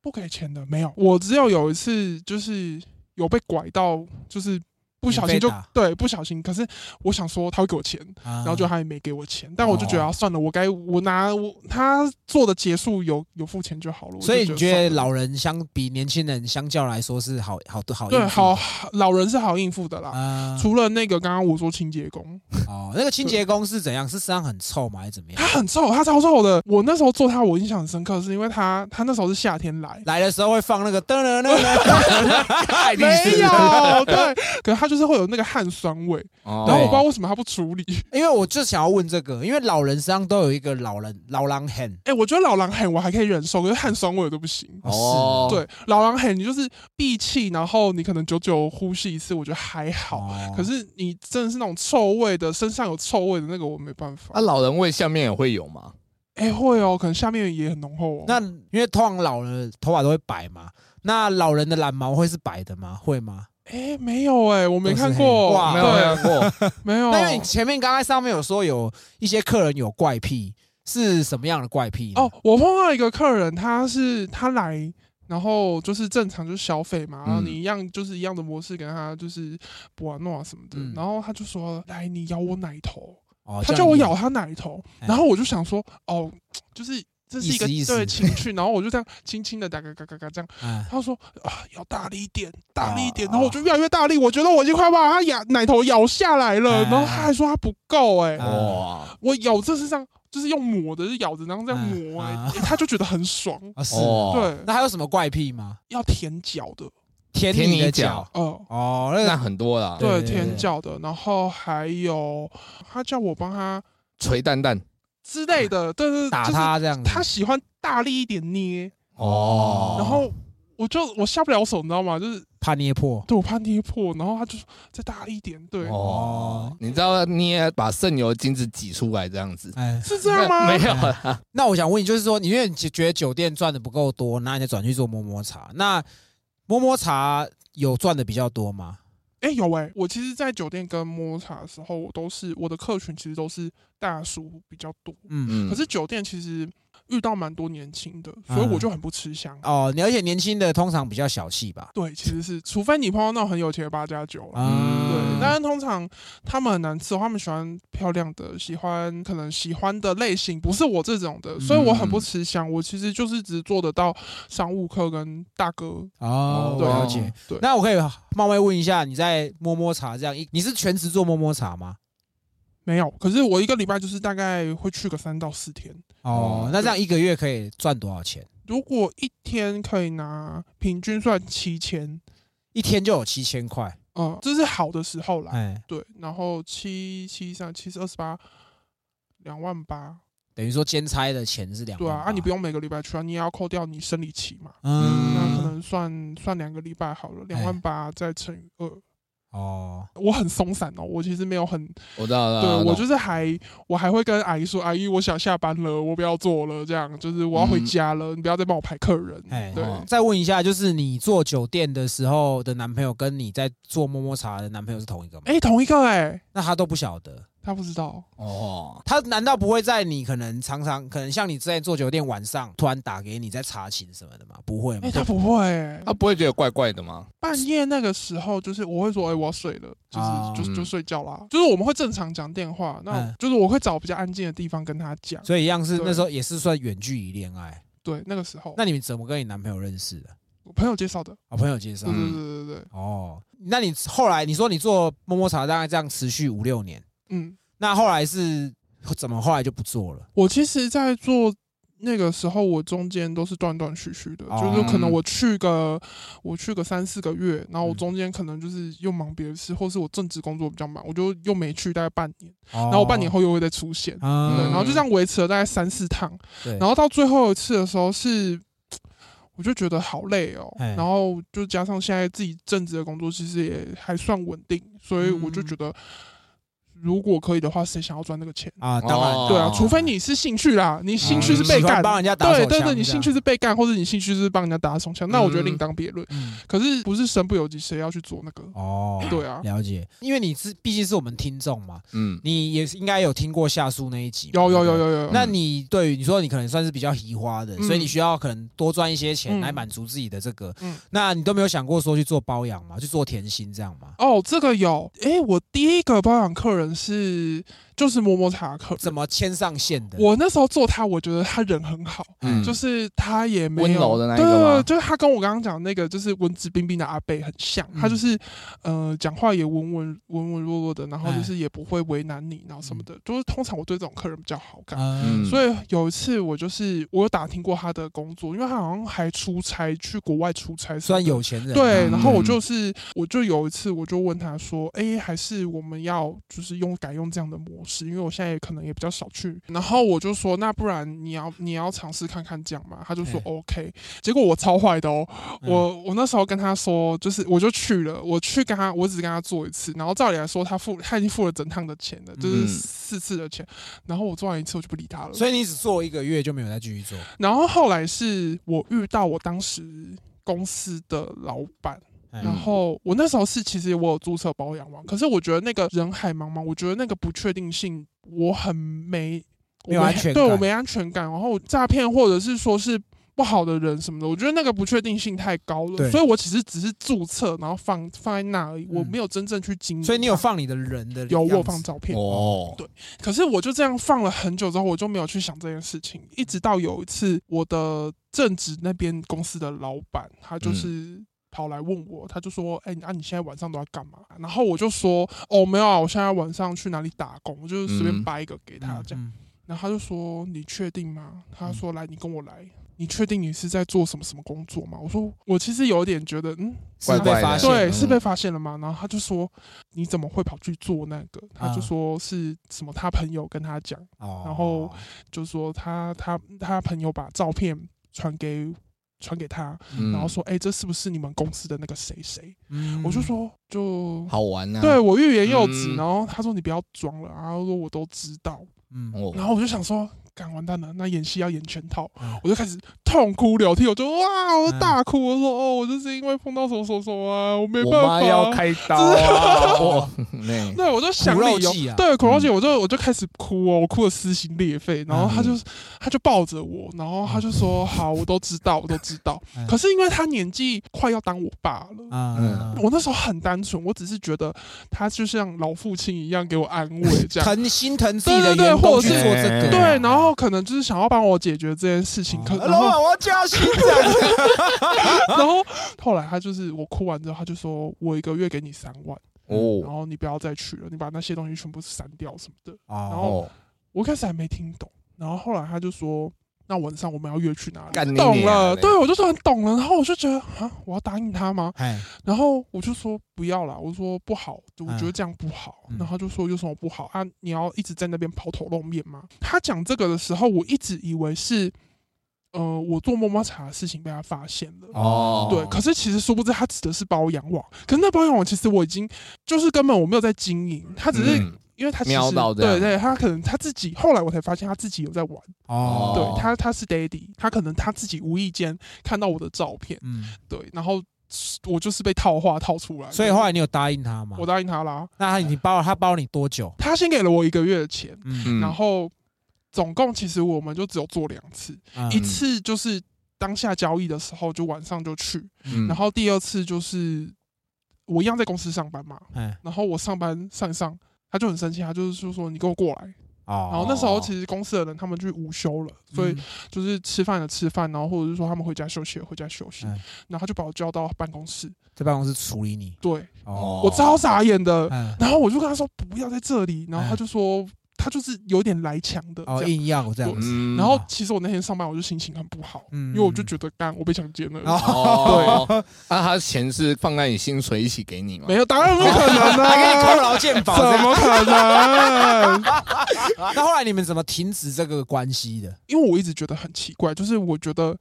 不给钱的没有？我只有有一次就是有被拐到，就是不小心就
免费打
对不小心，可是我想说他会给我钱，
啊，
然后就他也没给我钱，但我就觉
哦
得、啊、算了，我该我拿我他做的结束有有付钱就好了。我就
所以你觉得
算了
老人相比年轻人相较来说是好好多好应
对
付
好
的
老人是好应付的啦，
啊
除了那个刚刚我说清洁工，
哦，那个清洁工是怎样？是身上很臭吗？还是怎么样
他？很臭，他超臭的。我那时候做他，我印象很深刻，是因为他他那时候是夏天来，
来的时候会放那个噔噔噔噔噔，太
没有对，可是他就是会有那个汗酸味，
然
然后我不知道为什么他不处理。
因为我就想要问这个，因为老人身上都有一个老人老狼痕，
哎、我觉得老狼喊我还可以忍受，可是汗酸味我都不行。
哦，
对，老狼喊你就是闭气，然后你可能久久呼吸一次，我觉得还好。
哦
可是你真的是那种臭味的，身上有臭味的那个，我没办法
啊，。老人味下面也会有吗？
哎、会哦，可能下面也很浓厚哦。
那因为通常老人的头发都会白嘛，那老人的懒毛会是白的吗？会吗？
哎，没有哎，我没看过，
哇
没有
对，
看过，
没有。
那因为你前面刚才上面有说有一些客人有怪癖，是什么样的怪癖？
哦，，我碰到一个客人，他是他来，然后就是正常就是消费嘛，然后
嗯
你一样就是一样的模式跟他就是不玩弄啊什么的，
嗯
然后他就说来你咬我奶头，
哦，
他
这样
叫我
子
咬他奶头，
哎
然后我就想说哦，就是。这是一个
意思意思
对情趣，然后我就这样轻轻的打嘎嘎嘎嘎这样，
嗯
他说啊要大力一点，大力一点，
啊
然后我就越来越大力，我觉得我已经快把他牙奶头咬下来了，
哎
然后他还说他不够哎、
啊
哇
我咬这是这样，就是用抹的，就是咬着然后这样抹、欸
啊啊
他就觉得很爽。
啊是。
哦，
对，
那还有什么怪癖吗？
要舔脚的，
舔
舔
你的
你
脚
脚。
呃，
哦，
对，那
那
很多啦，
对
对，
对
舔
对
脚的，然后还有他叫我帮他
捶蛋蛋
之类的，对对，
打
就是
他嗯这样子，
他喜欢大力一点捏，
哦，
然后我就我下不了手，你知道吗？就是
怕捏破。
对我怕捏破，然后他就说再大力一点，对，
哦，你知道捏把剩油精子挤出来这样子，
哎，
是这样吗？
没有啦，
那我想问你，就是说，你因为你觉得酒店赚的不够多，那你就转去做摸摸茶。那摸摸茶有赚的比较多吗？
哎、有哎、我其实，在酒店跟摸茶的时候，我都是我的客群其实都是大叔比较多，
嗯，
嗯
可是酒店其实遇到蛮多年轻的，所
嗯
以我就很不吃香。啊
哦，你而且年轻的通常比较小气吧？
对，其实是，除非你碰到那种很有钱的八加九啦。
嗯
对
啊，，
但是通常他们很难伺候，他们喜欢漂亮的，喜欢可能喜欢的类型不是我这种的，所以我很不吃香。我其实就是只做得到商务客跟大哥。
哦，我
对啊
了解。
对，
那我可以冒昧问一下，你在摸摸茶这样一，你是全职做摸摸茶吗？
没有。可是我一个礼拜就是大概会去个三到四天。
哦
哦，
那这样一个月可以赚多少钱？
如果一天可以拿平均算七千，
一天就有七千块，
嗯，这是好的时候啦。
哎，
对，然后七七三七四二十八，两万八。
等于说兼差的钱是两
对
万
啊，
八
啊你不用每个礼拜去啊，你也要扣掉你生理期嘛。那可
嗯哎
能算算两个礼拜好了，两万八再乘以二。
哦，
我很松散哦，我其实没有很，
我知道
啊
了，
对我就是是还我还会跟阿姨说，阿姨我想下班了，我不要做了，这样就是我要回家了，你不要再帮我排客人
嗯哎。
对，
哦
再问一下，就是你做酒店的时候的男朋友，跟你在做摸摸茶的男朋友是同一个吗？
哎，同一个哎，
那他都不晓得，
他不知道，
哦，
他难道不会在你可能常常可能像你之前做酒店晚上突然打给你在查寝什么的吗？不会吗
哎，？他不会哎，
他不会觉得怪怪的吗？
半夜那个时候，就是我会说，哎、我要睡了，就是、
啊
就是
嗯
就睡觉啦。就是我们会正常讲电话，那
嗯
就是我会找比较安静的地方跟他讲。
所以一样是
对
那时候也是算远距离恋爱。
对，那个时候，
那你们怎么跟你男朋友认识的？
我朋友介绍的，
啊，朋友介绍
对
嗯。
对对对对，
哦，那你后来你说你做摸摸茶大概这样持续五六年，
嗯，
那后来是怎么后来就不做了？
我其实，在做那个时候，我中间都是断断续续的，
哦
就是
嗯
可能我去个我去个三四个月，然后我
嗯
中间可能就是又忙别的事，或是我正职工作比较忙，我就又没去，大概半年，
然
然后我半年后又会再出现。
啊
对，
嗯
然后就这样维持了大概三四趟，
对
然后到最后一次的时候是，我就觉得好累哦，
哎
然后就加上现在自己正职的工作其实也还算稳定，所以我
嗯
就觉得，如果可以的话，谁想要赚那个钱？
啊，当然
哦
对啊，
哦
除非你是兴趣啦，你兴趣是
嗯
被
喜
干
欢，帮人家打手
对
枪这
对
样，
对，你兴趣是被干，或者你兴趣是帮人家打手枪，那我觉得
嗯
另当别论。
嗯
可是不是身不由己，谁要去做那个？
哦，
对啊，
了解，因为你是毕竟是我们听众嘛，
嗯，
你也是应该有听过夏树那一集嘛，
有有
对不
有
对。
有有，
那你对于你说你可能算是比较移花的，
嗯
所以你需要可能多赚一些钱
嗯
来满足自己的这个。
嗯
那你都没有想过说去做包养吗？去做甜心这样吗？
哦，这个有，诶，我第一个包养客人是就是摸摸茶客人，
怎么牵上线的？
我那时候做他，我觉得他人很好，
嗯
就是他也没有
温柔的那一个吗
对，就是他跟我刚刚讲那个，就是文质彬彬的阿贝很像，
嗯
他就是呃讲话也温文温文弱弱的，然后
哎
就是也不会为难你，然后什么的，就是通常我对这种客人比较好感。
嗯
嗯
所以有一次，我就是我有打听过他的工作，因为他好像还出差去国外出差什么的，
虽然有钱人啊，
对，然后我
嗯
就是，我就有一次，我就问他说：“哎，还是我们要就是用改用这样的模式，因为我现在也可能也比较少去。”然后我就说：“那不然你要你要尝试看看这样嘛？”他就说
哎
：“OK。”结果我超坏的哦，
嗯
我我那时候跟他说，就是我就去了，我去跟他，我只跟他做一次，然后照理来说，他付他已经付了整趟的钱了，就是
嗯
四次的钱，然后我做完一次我就不理他了。
所以你只做一个月就没有再继续做，
然后后来是我遇到我当时公司的老板。
哎
然后我那时候是其实我有注册保养网，可是我觉得那个人海茫茫，我觉得那个不确定性我很没，我
没有安全
对我
感
没安全感。然后诈骗或者是说是不好的人什么的，我觉得那个不确定性太高了，
对
所以我其实只是注册，然后放放在那里，我
嗯
没有真正去经营它。
所以你有放你的人的
有我
样
有
子
放照片，
哦，
可是我就这样放了很久之后，我就没有去想这件事情，一直到有一次我的正职那边公司的老板，他就是
嗯
跑来问我，他就说：“哎、那、啊、你现在晚上都在干嘛？”然后我就说：“哦，没有啊，我现在晚上去哪里打工，我就是随
嗯
便掰一个给他
嗯
这样。
嗯
然后他就说：“你确定吗？”他
嗯
说：“来，你跟我来。”你确定你是在做什么什么工作吗？我说我其实有点觉得，嗯，
怪
是
怪
被
的
发现
对，
了，
是被发现了吗？然后他就说你怎么会跑去做那个？他
啊
就说是什么？他朋友跟他讲，
哦
然后就说他他他朋友把照片传给传给他，
嗯
然后说哎、这是不是你们公司的那个谁谁？
嗯
我就说就
好玩啊呐，
对我欲言又止，
嗯
然后他说你不要装了，然后他说我都知道，
嗯，
哦，
然后我就想说。干完蛋了，那演戏要演全套，
嗯
我就开始痛哭流涕，我就哇，我
嗯
大哭，我说哦，我就是因为碰到什么什么什么啊，我没
我
办法，
妈要开刀 啊，我那
对，我就想理由
苦肉计啊，
对，苦肉计，我就我就开始哭哦，我哭的撕心裂肺，然后他就他就抱着我，然后他就说好，我都知道，我都知道
嗯。
可是因为他年纪快要当我爸了。
啊
嗯
啊
我那时候很单纯，我只是觉得他就像老父亲一样给我安慰这样，
疼心疼自己的
对对对
员
或
工
者
去
是
做这个，
对
对，然后可能就是想要帮我解决这件事情，可
啊
然后
我要加薪这样子，
然后后来他就是我哭完之后，他就说我一个月给你三万，然
哦
后你不要再去了，你把那些东西全部删掉什么的。然
哦，
后
哦，
我一开始还没听懂，然后后来他就说，那晚上我们要约去哪
干你
里？懂
娘
了，
嘞
对我就突然懂了，然后我就觉得啊，我要答应他吗？
哎，
然后我就说不要啦，我说不好，我觉得这样不好。
嗯
然后他就说有什么不好啊？你要一直在那边抛头露面吗？他讲这个的时候，我一直以为是，呃，我做摸摸茶的事情被他发现了。
哦
对，可是其实殊不知他指的是包养网，可是那包养网其实我已经就是根本我没有在经营，他只是
嗯
因为他其实
瞄到这样
对对，他可能他自己后来我才发现他自己有在玩，
哦，
哦
对他他是 daddy，他可能他自己无意间看到我的照片，
嗯，
对，然后我就是被套话套出来的，
所以后来你有答应他吗
我？答应他啦，
那他你包他包你多久？
他先给了我一个月的钱，
嗯，
嗯
然后总共其实我们就只有做两次，
嗯
一次就是当下交易的时候就晚上就去，
嗯
然后第二次就是我一样在公司上班嘛，
哎，
然后我上班上一上。他就很生气，他就是就说你给我过来，
哦，嗯
然后那时候其实公司的人他们去午休了，所以就是吃饭的啊吃饭，然后或者是说他们回家休息的回家休息，
嗯
然后他就把我叫到办公室，
在办公室处理你，
对
哦，
我超傻眼的，
嗯，
然后我就跟他说不要在这里，然后他
嗯
就说他就是有点来强的
哦，
这样。
硬要这样子，
嗯
然后其实我那天上班我就心情很不好，
嗯
因为我就觉得干我被强奸了，
哦，对，那他钱是放在你薪水一起给你吗？
没有，当然不可能
还给你
啦、
扣 劳健保，这
怎
样
么可啊能？
那后来你们怎么停止这个关系的？
因为我一直觉得很奇怪，就是我觉得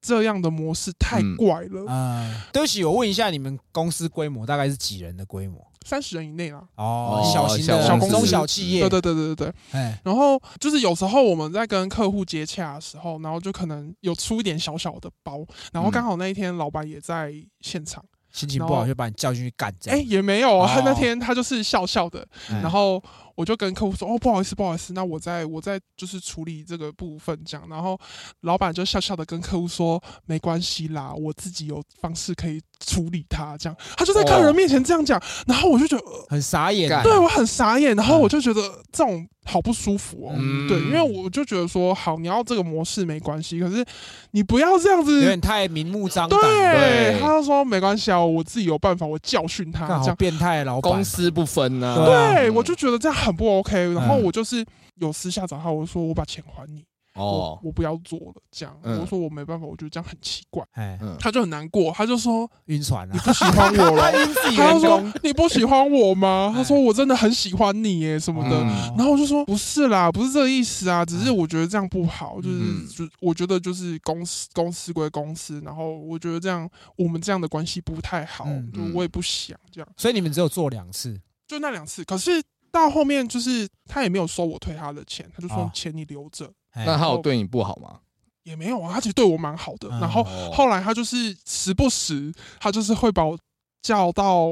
这样的模式太
嗯
怪了，
啊，对不起，我问一下，你们公司规模大概是几人的规模？
三十人以内啦。
哦
哦，
小型的
小公司
中小企业，
对对对对对对，
哎，
然后就是有时候我们在跟客户接洽的时候，然后就可能有出一点小小的包，然
嗯
后刚好那一天老板也在现场，
心情不好就把你叫进去干这
哎、
样。
也没有，
哦
他那天他就是笑笑的，
嗯
哎
然后我就跟客户说，哦，不好意思，不好意思，那我在我在就是处理这个部分这样，然后老板就笑笑的跟客户说，没关系啦，我自己有方式可以处理它这样，他就在客
哦
人面前这样讲，然后我就觉得，呃
很傻眼，
干
对我很傻眼，然后
嗯
我就觉得这种好不舒服哦。
嗯
对，因为我就觉得说，好，你要这个模式没关系，可是你不要这样
有
子
点。太明目张胆了，
对
对，他就说没关系啊，我自己有办法，我教训他
干
这
好
样。
变态的老板
公，司不分呢？
对啊
对，
嗯
我就觉得这样很不 OK。然后
嗯
我就是有私下找他，我说我把钱还你，我
哦，
我不要做了，这样。
嗯
我说我没办法，我觉得这样很奇怪。
哎，
嗯，
他就很难过，他就说
晕船啊
你
了，
不喜欢我了，
自
他就说你不喜欢我吗？他说我真的很喜欢你耶什么的。
嗯
然后我就说不是啦，不是这个意思啊，只是
嗯
我觉得这样不好，就是、
嗯
就我觉得就是公司公司归公司，然后我觉得这样我们这样的关系不太好，
嗯
就
嗯
我也不想这样，
所以你们只有做两次，
就那两次。可是到后面就是他也没有收我退他的钱，他就说
哦
钱你留着。
哎
那他有对你不好吗？
也没有啊，他其实对我蛮好的。
嗯
然后
哦
后来他就是时不时，他就是会把我叫到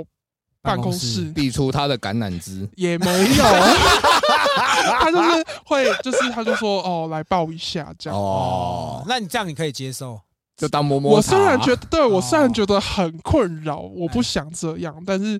办
办
公
公
室
室，
递出他的橄榄枝，
也没有，啊 他就是会，就是他就说哦，来抱一下这样。
哦，
那你这样你可以接受，
就当摸摸
我
茶
虽然觉得，对我虽然
哦哎
觉得很困扰，我不想这样，但是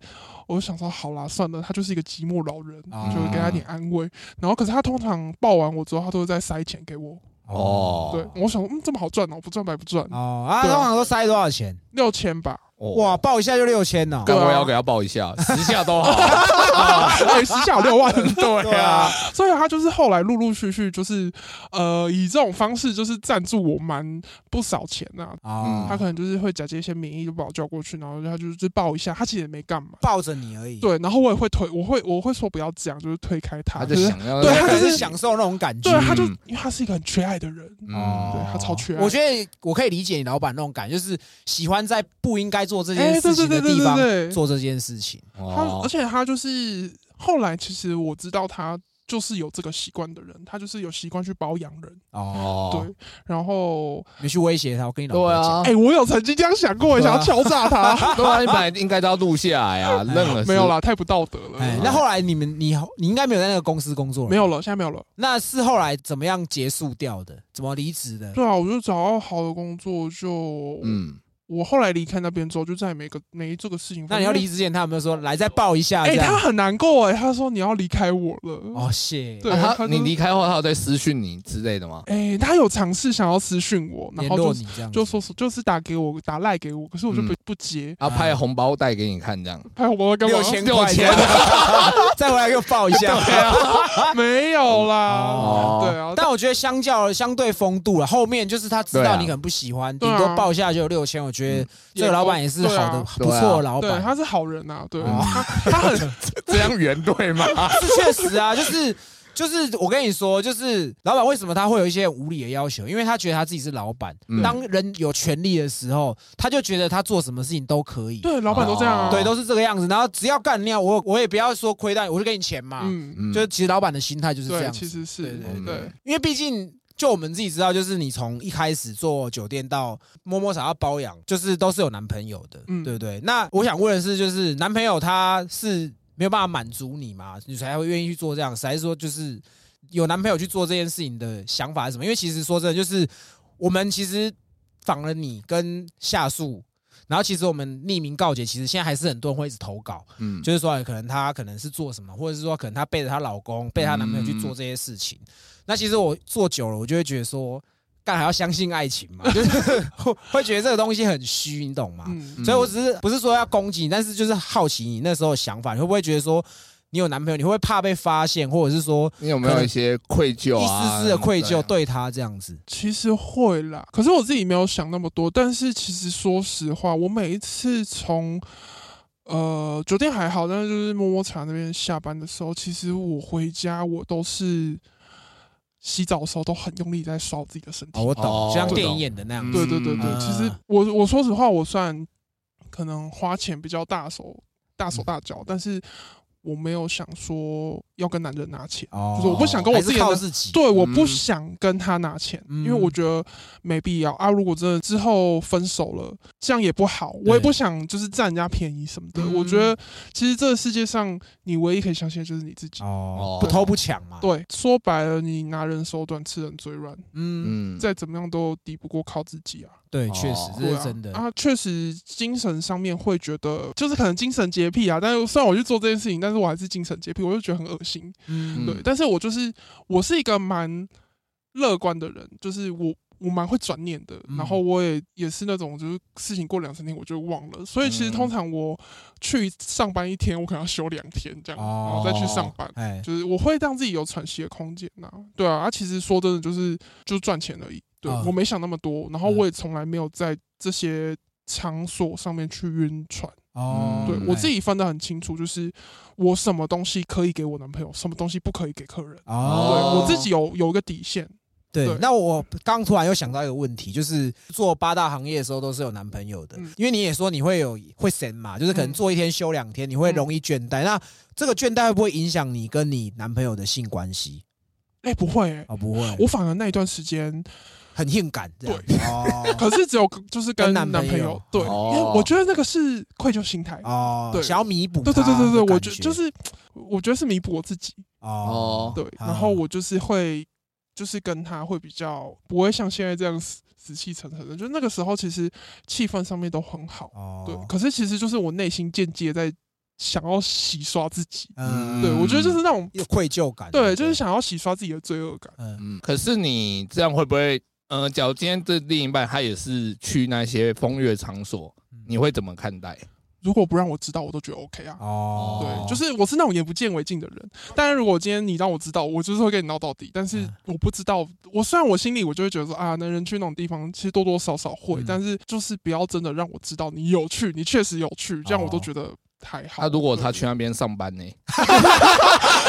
我想说，好啦，算了，他就是一个寂寞老人，
哦
就给他一点安慰。然后，可是他通常抱完我之后，他都会再塞钱给我。
哦，
对，我想说，嗯，这么好赚哦，不赚白不赚，
哦啊，
对
通
啊
常都塞多少钱？
六千吧。
哦
哇，，报一下就六千呢。
干
啊对啊
我也要给他抱一 下，十下都好，
哎，时下有六万，
对
对啊
啊，，
所以他就是后来陆陆续续就是，呃，以这种方式就是赞助我蛮不少钱呐、
嗯
哦，
他可能就是会假借一些名义就把我叫过去，然后他就是抱一下，他其实也没干嘛。
抱着你而已。，
对，然后我也会推，我会我会说不要这样，就是推开
他
他。
就
就是
想要
对
他
他
可
就
能
是
是享受那种感觉
对，。他就
嗯
因为他是一个很缺爱的人，
嗯
对他超缺爱。
我觉得我可以理解你老板那种感觉，就是喜欢在不应该做这
哎，
件事
对对
情
对
的
对
地方
对对，
做这件事情。
他而
哦，
且他就是后来其实我知道他就是有这个习惯的人，他就是有习惯去包养人。
哦，
哦，
对，然后
你去威胁他，我跟你老
对
婆讲。
啊，
哎，我有曾经这样想过，
对
想
啊
要敲 诈他，
对啊，你本来应该都要录下来 啊，任何
哎没有，啦，太不道德
哎
了，。
那后来你们你你应该没有在那个公司工作了，
没有了，现在没有了。
那是后来怎么样结束掉的？怎么离职的？
对啊，我就找到好的工作，就
嗯，
我后来离开那边之后，就再也没个没这个事情。
那你要离？职前，他有没有说来再抱一下
哎，
这样
他？很难过哎，他说你要离开我了。
哦，谢。
对
那
他
他
就
你离开后，他有在私讯你之类的吗？
哎，他有尝试想要私讯我，然
联
后就
络
是
你嗯这样子，
就说就是打给我，打赖给我，可是我就不不接。
他拍红包袋给你看 这样，
拍我包干嘛？
六千
六
块
千
钱， 再回来给我抱一下。
啊没有啦
哦，
对啊，
但我觉得相较相对风度了，后面就是他知
对
道
啊
你可能不喜欢，
对
顶
啊
多报一下就有六千。我觉得这个老板也是好的，
对
不
啊
错的老
对，
板。
他是好人啊，对，
哦
他他很
这样圆对吗？
是确实啊，就是就是我跟你说，就是老板为什么他会有一些无理的要求？因为他觉得他自己是老板，
嗯
当人有权利的时候，他就觉得他做什么事情都可以。
对，老板都这样 啊，
对，都是这个样子。然后只要干掉我，我也不要说亏待，我就给你钱嘛。
嗯，
嗯
就是其实老板的心态就是这
对，
样
其
子，
实是
对嗯
对
对嗯
对，
因为毕竟。就我们自己知道，就是你从一开始做酒店到摸摸啥要包养，就是都是有男朋友的，
嗯
对不对？那我想问的是，就是男朋友他是没有办法满足你嘛，你才会愿意去做这样事，还是说就是有男朋友去做这件事情的想法是什么？因为其实说真的，就是我们其实访了你跟夏树，然后其实我们匿名告解，其实现在还是很多人会一直投稿，
嗯，
就是说可能她可能是做什么，或者是说可能她背着她老公、背着她男朋友去做
嗯
这些事情。那其实我做久了，我就会觉得说，干还要相信爱情嘛，就是 会会觉得这个东西很虚，你懂吗？
嗯，
嗯
所以我只是不是说要攻击你，但是就是好奇你那时候的想法，你会不会觉得说你有男朋友，你会不会怕被发现，或者是说
你有没有一些愧疚
一
啊？
丝丝的愧疚
对
对他这样子？
其实会啦，可是我自己没有想那么多。但是其实说实话，我每一次从呃酒店还好，但是就是摸摸茶那边下班的时候，其实我回家我都是洗澡的时候都很用力在刷我自己的身体。
哦，我懂，
哦
就像电影演的那样子。
对对对对，
嗯
其实我我说实话，我虽然可能花钱比较大手大手大脚，但是我没有想说要跟男人拿钱。
哦
就是我不想跟我
还是
自己的
靠自己。
对，我不
嗯
想跟他拿钱，因为
嗯
我觉得没必要啊。如果真的之后分手了，这样也不好，我
对
也不想就是占人家便宜什么的。我觉
嗯
得其实这个世界上，你唯一可以相信的就是你自己。
哦
哦，
不偷不抢嘛。，
对，说白了，你拿人手短，吃人嘴软，
嗯。
嗯，
再怎么样都抵不过靠自己啊。
对，
哦
确实这
对
是
啊
真的。
啊，确实精神上面会觉得，就是可能精神洁癖啊。但是虽然我去做这件事情，但是我还是精神洁癖，我就觉得很恶心。
嗯，
对
嗯，
但是我就是我是一个蛮乐观的人，就是我我蛮会转念的，
嗯
然后我也也是那种就是事情过两三天我就忘了，所以其实
嗯
通常我去上班一天，我可能要休两天这样，然后
哦，
再去上班。
哎，
就是我会让自己有喘息的空间呐、对啊，啊，其实说真的，就是就是赚钱而已。对、
啊
我没想那么多，然后
嗯
我也从来没有在这些场所上面去晕船。
哦，
对
嗯
我自己分得很清楚，就是我什么东西可以给我男朋友，什么东西不可以给客人。
哎
对
哦，
我自己有有一个底线，对
对。那我刚突然又想到一个问题，就是做八大行业的时候都是有男朋友的
嗯，
因为你也说你会有会神嘛，就是可能
嗯
做一天休两天，你会容易倦怠。那这个倦怠会不会影响你跟你男朋友的性关系？
哎、不会、欸，
哦，不会，
我反而那一段时间
很性感这样。哦
可是只有就是跟
跟
男
男朋
朋友
友
对，
哦
因为我觉得那个是愧疚心态。
哦，
对
想要弥补他的
对对
感
对
觉。
对对，我觉就是我觉得是弥补我自己。
哦
哦
对，
啊
然后我就是会就是跟他会比较不会像现在这样死死气沉沉的，就那个时候其实气氛上面都很好。
哦，
对，可是其实就是我内心间接在想要洗刷自己。
嗯，
对，我觉得就是那种
有愧疚感。
对，就是想要洗刷自己的罪恶感。
嗯
嗯，可是你这样会不会？呃，假如今天这另一半他也是去那些风月场所，你会怎么看待？
如果不让我知道，我都觉得 OK 啊。
哦，
对，就是我是那种眼不见为净的人。但是如果今天你让我知道，我就是会跟你闹到底。但是
嗯
我不知道，我虽然我心里我就会觉得说啊，男人去那种地方其实多多少少会，
嗯
但是就是不要真的让我知道你有去，你确实有去，这样我都觉得还好。
他如果他
对
去哦那边上班呢？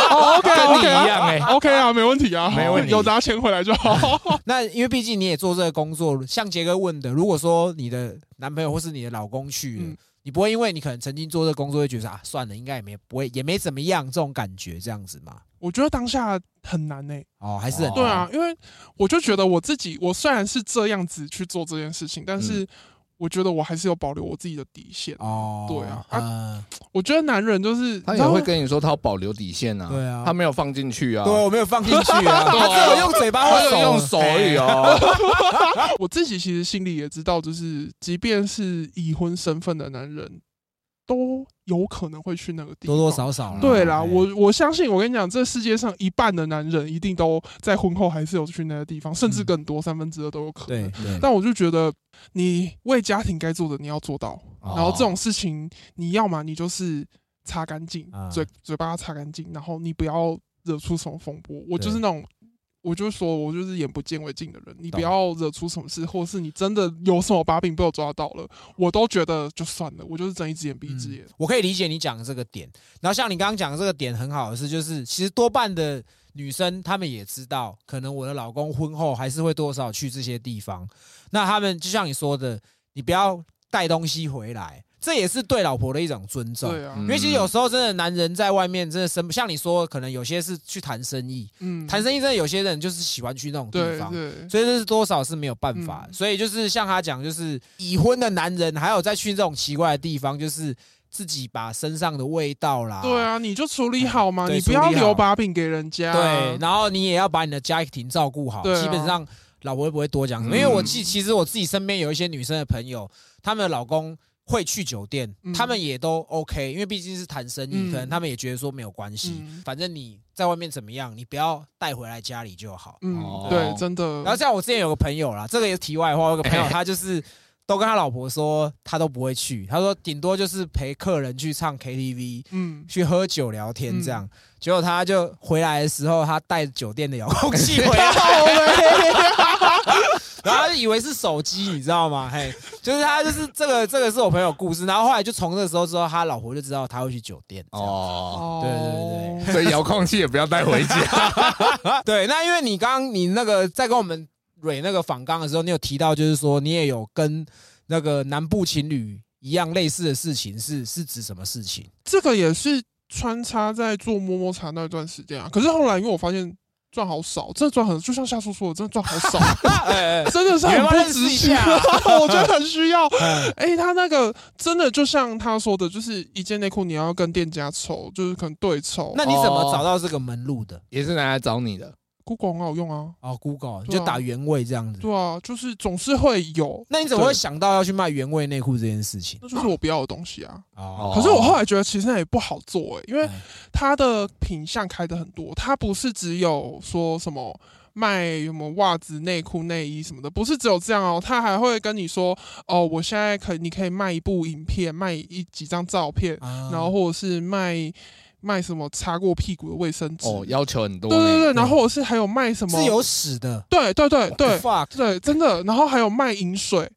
哦，OK
跟你
OK
一
啊
样哎、
，OK 啊，没问题啊，
没问题
有拿钱回来就好。
那因为毕竟你也做这个工作，像杰哥问的，如果说你的男朋友或是你的老公去了，
嗯
你不会因为你可能曾经做这个工作，会觉得啊算了，应该也没不会也没怎么样这种感觉这样子嘛？
我觉得当下很难呢、
哦，还是很
哦
对啊，因为我就觉得我自己，我虽然是这样子去做这件事情，但是我觉得我还是有保留我自己的底线。
嗯哦，
对啊
嗯，
我觉得男人就是
他也
你知道
会
吗
跟你说他要保留底线啊，
对啊
他没有放进去啊，
对哦我没有放进去啊，
对啊
我只有用嘴巴
他
或
有
手，
用手而已哦。
我自己其实心里也知道，就是即便是已婚身份的男人，都有可能会去那个地方。
哎多多少少啦
对啦，
哎
我我相信，我跟你讲，这世界上一半的男人一定都在婚后还是有去那个地方，甚至
嗯
更多，三分之二都有可能。
对对
但我就觉得，你为家庭该做的你要做到，
哦
然后这种事情你要嘛你就是擦干净，
啊
嘴嘴巴擦干净，然后你不要惹出什么风波。我就是
对
那种，我就说我就是眼不见为净的人，你不
懂
要惹出什么事，或是你真的有什么把柄被我抓到了，我都觉得就算了，我就是睁一只眼闭一只眼
嗯。我可以理解你讲的这个点。然后像你刚刚讲的这个点很好的是，就是其实多半的女生她们也知道，可能我的老公婚后还是会多少去这些地方。那他们就像你说的，你不要带东西回来，这也是对老婆的一种尊重。
对啊
嗯
因，为其实有时候真的男人在外面真的生，像你说，可能有些是去谈生意，
嗯，
谈生意真的有些人就是喜欢去那种地
对
方。
对，
所以这是多少是没有办法的。
嗯
所以就是像他讲，就是已婚的男人，还有再去这种奇怪的地方，就是自己把身上的味道啦，
对啊，你就处理好嘛，
对
你不要
处理好
留把柄给人家。
对，然后你也要把你的家庭照顾好，
对啊
基本上。老婆会不会多讲什么？
嗯
因为我记，其实我自己身边有一些女生的朋友，她们的老公会去酒店，
嗯
她们也都 OK，因为毕竟是谈生意，
嗯
可能她们也觉得说没有关系，
嗯
反正你在外面怎么样，你不要带回来家里就好。
嗯
哦，
对，真的。
然后像我之前有个朋友啦，这个也是题外话，我有个朋友
嘿
他就是都跟他老婆说他都不会去，他说顶多就是陪客人去唱 KTV。
嗯，
去喝酒聊天这样，结果他就回来的时候，他带酒店的遥控器回来，然后他就以为是手机，你知道吗？嘿，就是他就是这个这个是我朋友故事，然后后来就从这个时候之后，他老婆就知道他会去酒店哦，
哦，
哦
对对
所以遥控器也不要带回家。
对，那因为你刚你那个在跟我们蕊那个访纲的时候，你有提到，就是说你也有跟那个南部情侣一样类似的事情是，是指什么事情？
这个也是穿插在做摸摸茶那段时间啊。可是后来因为我发现赚好少，真的赚很，就像夏叔说的，真的赚 好少，
哎哎
真的是
你
很
要不要
不
认识
值
一
钱
下
啊。 我觉得很需要。
哎
哎、他那个真的就像他说的，就是一件内裤你要跟店家抽，就是可能对抽。
那你怎么找到这个门路的？
也是拿来找你的，
Google 很好用啊，
哦，Google 你
对啊
就打原味这样子。
对啊，就是总是会有，
那你怎么会想到要去卖原味内裤这件事情？
那就是我不要的东西啊。
哦，
可是我后来觉得其实那也不好做哎、因为
哎
它的品相开的很多，它不是只有说什么卖什么袜子、内裤、内衣什么的，不是只有这样哦，它还会跟你说哦，我现在可以你可以卖一部影片，卖一几张照片，
啊
然后或者是卖卖什么擦过屁股的卫生纸，
哦，要求很多
对
呢。
对对，然后或者是还有卖什么
是，有屎的，
对对对对
fuck，哦
对，真的，然后还有卖饮水。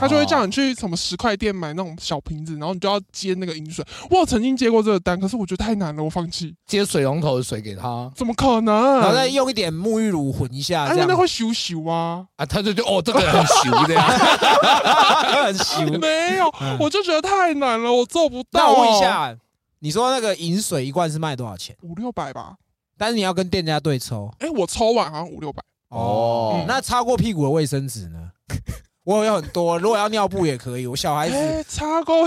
他就会
样。
叫你去什么十块店买那种小瓶子，然后你就要接那个饮水。我有曾经接过这个单，可是我觉得太难了，我放弃。
接水龙头的水给他
怎么可能？
然后再用一点沐浴乳混一下，
啊，
这
因为
样
那会羞羞啊。
啊，他就就哦，这个人很熟的呀。
啊
很 行。
没有，
嗯
我就觉得太难了，我做不到。
那我问一，
哦
下，你说那个饮水一罐是卖多少钱？
五六百吧？
但是你要跟店家对抽嗯
哎，我抽完好像五六百，
哦
那擦过屁股的卫生纸 呢？我有很多，如果要尿布也可以。我小孩子
哎，擦过，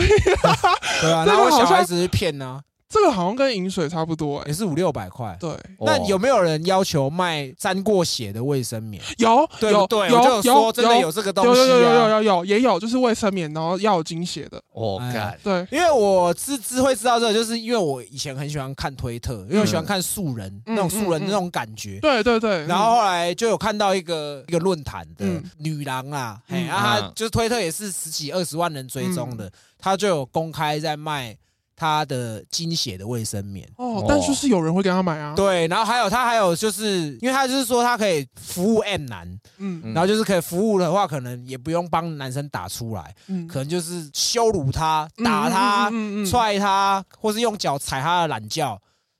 对啊，
这个
然后我小
好像
孩子骗呢，
这个好像跟饮水差不多哎、
也是五六百块。
对，
那
哦
有没有人要求卖沾过血的卫生棉？
有
对
有
不对？我就
有
有说真的
有
有这个东
有
西
有有有
啊。
有有也有，就是卫生棉，然后要有精血的，
我
哎
看
对，
因为我知知会知道这个，就是因为我以前很喜欢看推特，因为我喜欢看素人、那
嗯
种素人
嗯嗯
那种感觉。
对对
嗯
对，
然后后来就有看到一个一个论坛的
嗯
女郎啊，
嗯
嘿，啊，她
嗯
就是推特也是十几二十万人追踪的，她就有公开在卖她的精血的卫生棉。
哦，但就是有人会给他买啊，
对，然后还有她还有就是，因为她就是说她可以服务 M 男，
嗯
嗯
然后就是可以服务的话，可能也不用帮男生打出来，
嗯，
可能就是羞辱他、打他、
嗯嗯嗯嗯嗯
踹他，或是用脚踩他的懒觉，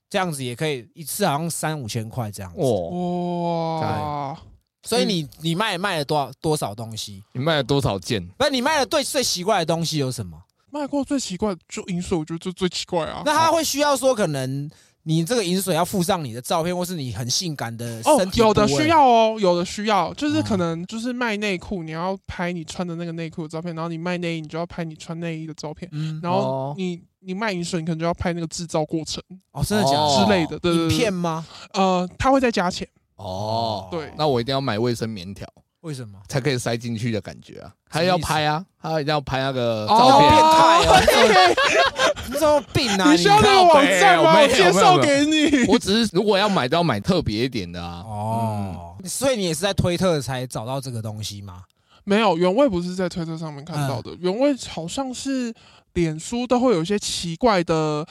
这样子也可以一次好像三五千块这样子。
哇，
哇，
所
嗯
以你你卖卖了多少多少东西？
你卖了多少件？
不是你卖了最最奇怪的东西有什么？
卖过最奇怪就饮水，我觉得就最奇怪啊。
那他会需要说可能你这个饮水要附上你的照片，或是你很性感的
哦
身，体、
有的需。要哦，有的需要，就是可能就是卖内裤，你要拍你穿的那个内裤的照片，然后你卖内衣，你就要拍你穿内衣的照片，
嗯，
然
哦
后你你卖饮水，你可能就要拍那个制造过程
哦，真的假的？
哦
之类的，对对
影
对
片吗？
呃，他会再加钱，
哦，
对
那我一定要买卫生棉条
为什么？
才可以塞进去的感觉啊！
什么
他
意思哦
要拍啊，他一定要拍那个
哦
好
照
变
片啊。
态啊！你怎么你这么病啊！
你需要那个网站吗？
靠
我
北
介绍给你。
我只是如果要买，都要买特别一点的啊。
哦，所以你也是在推特才找到这个东西吗？
没有，原味不是在推特上面看到的，原味好像是脸书都会有一些奇怪的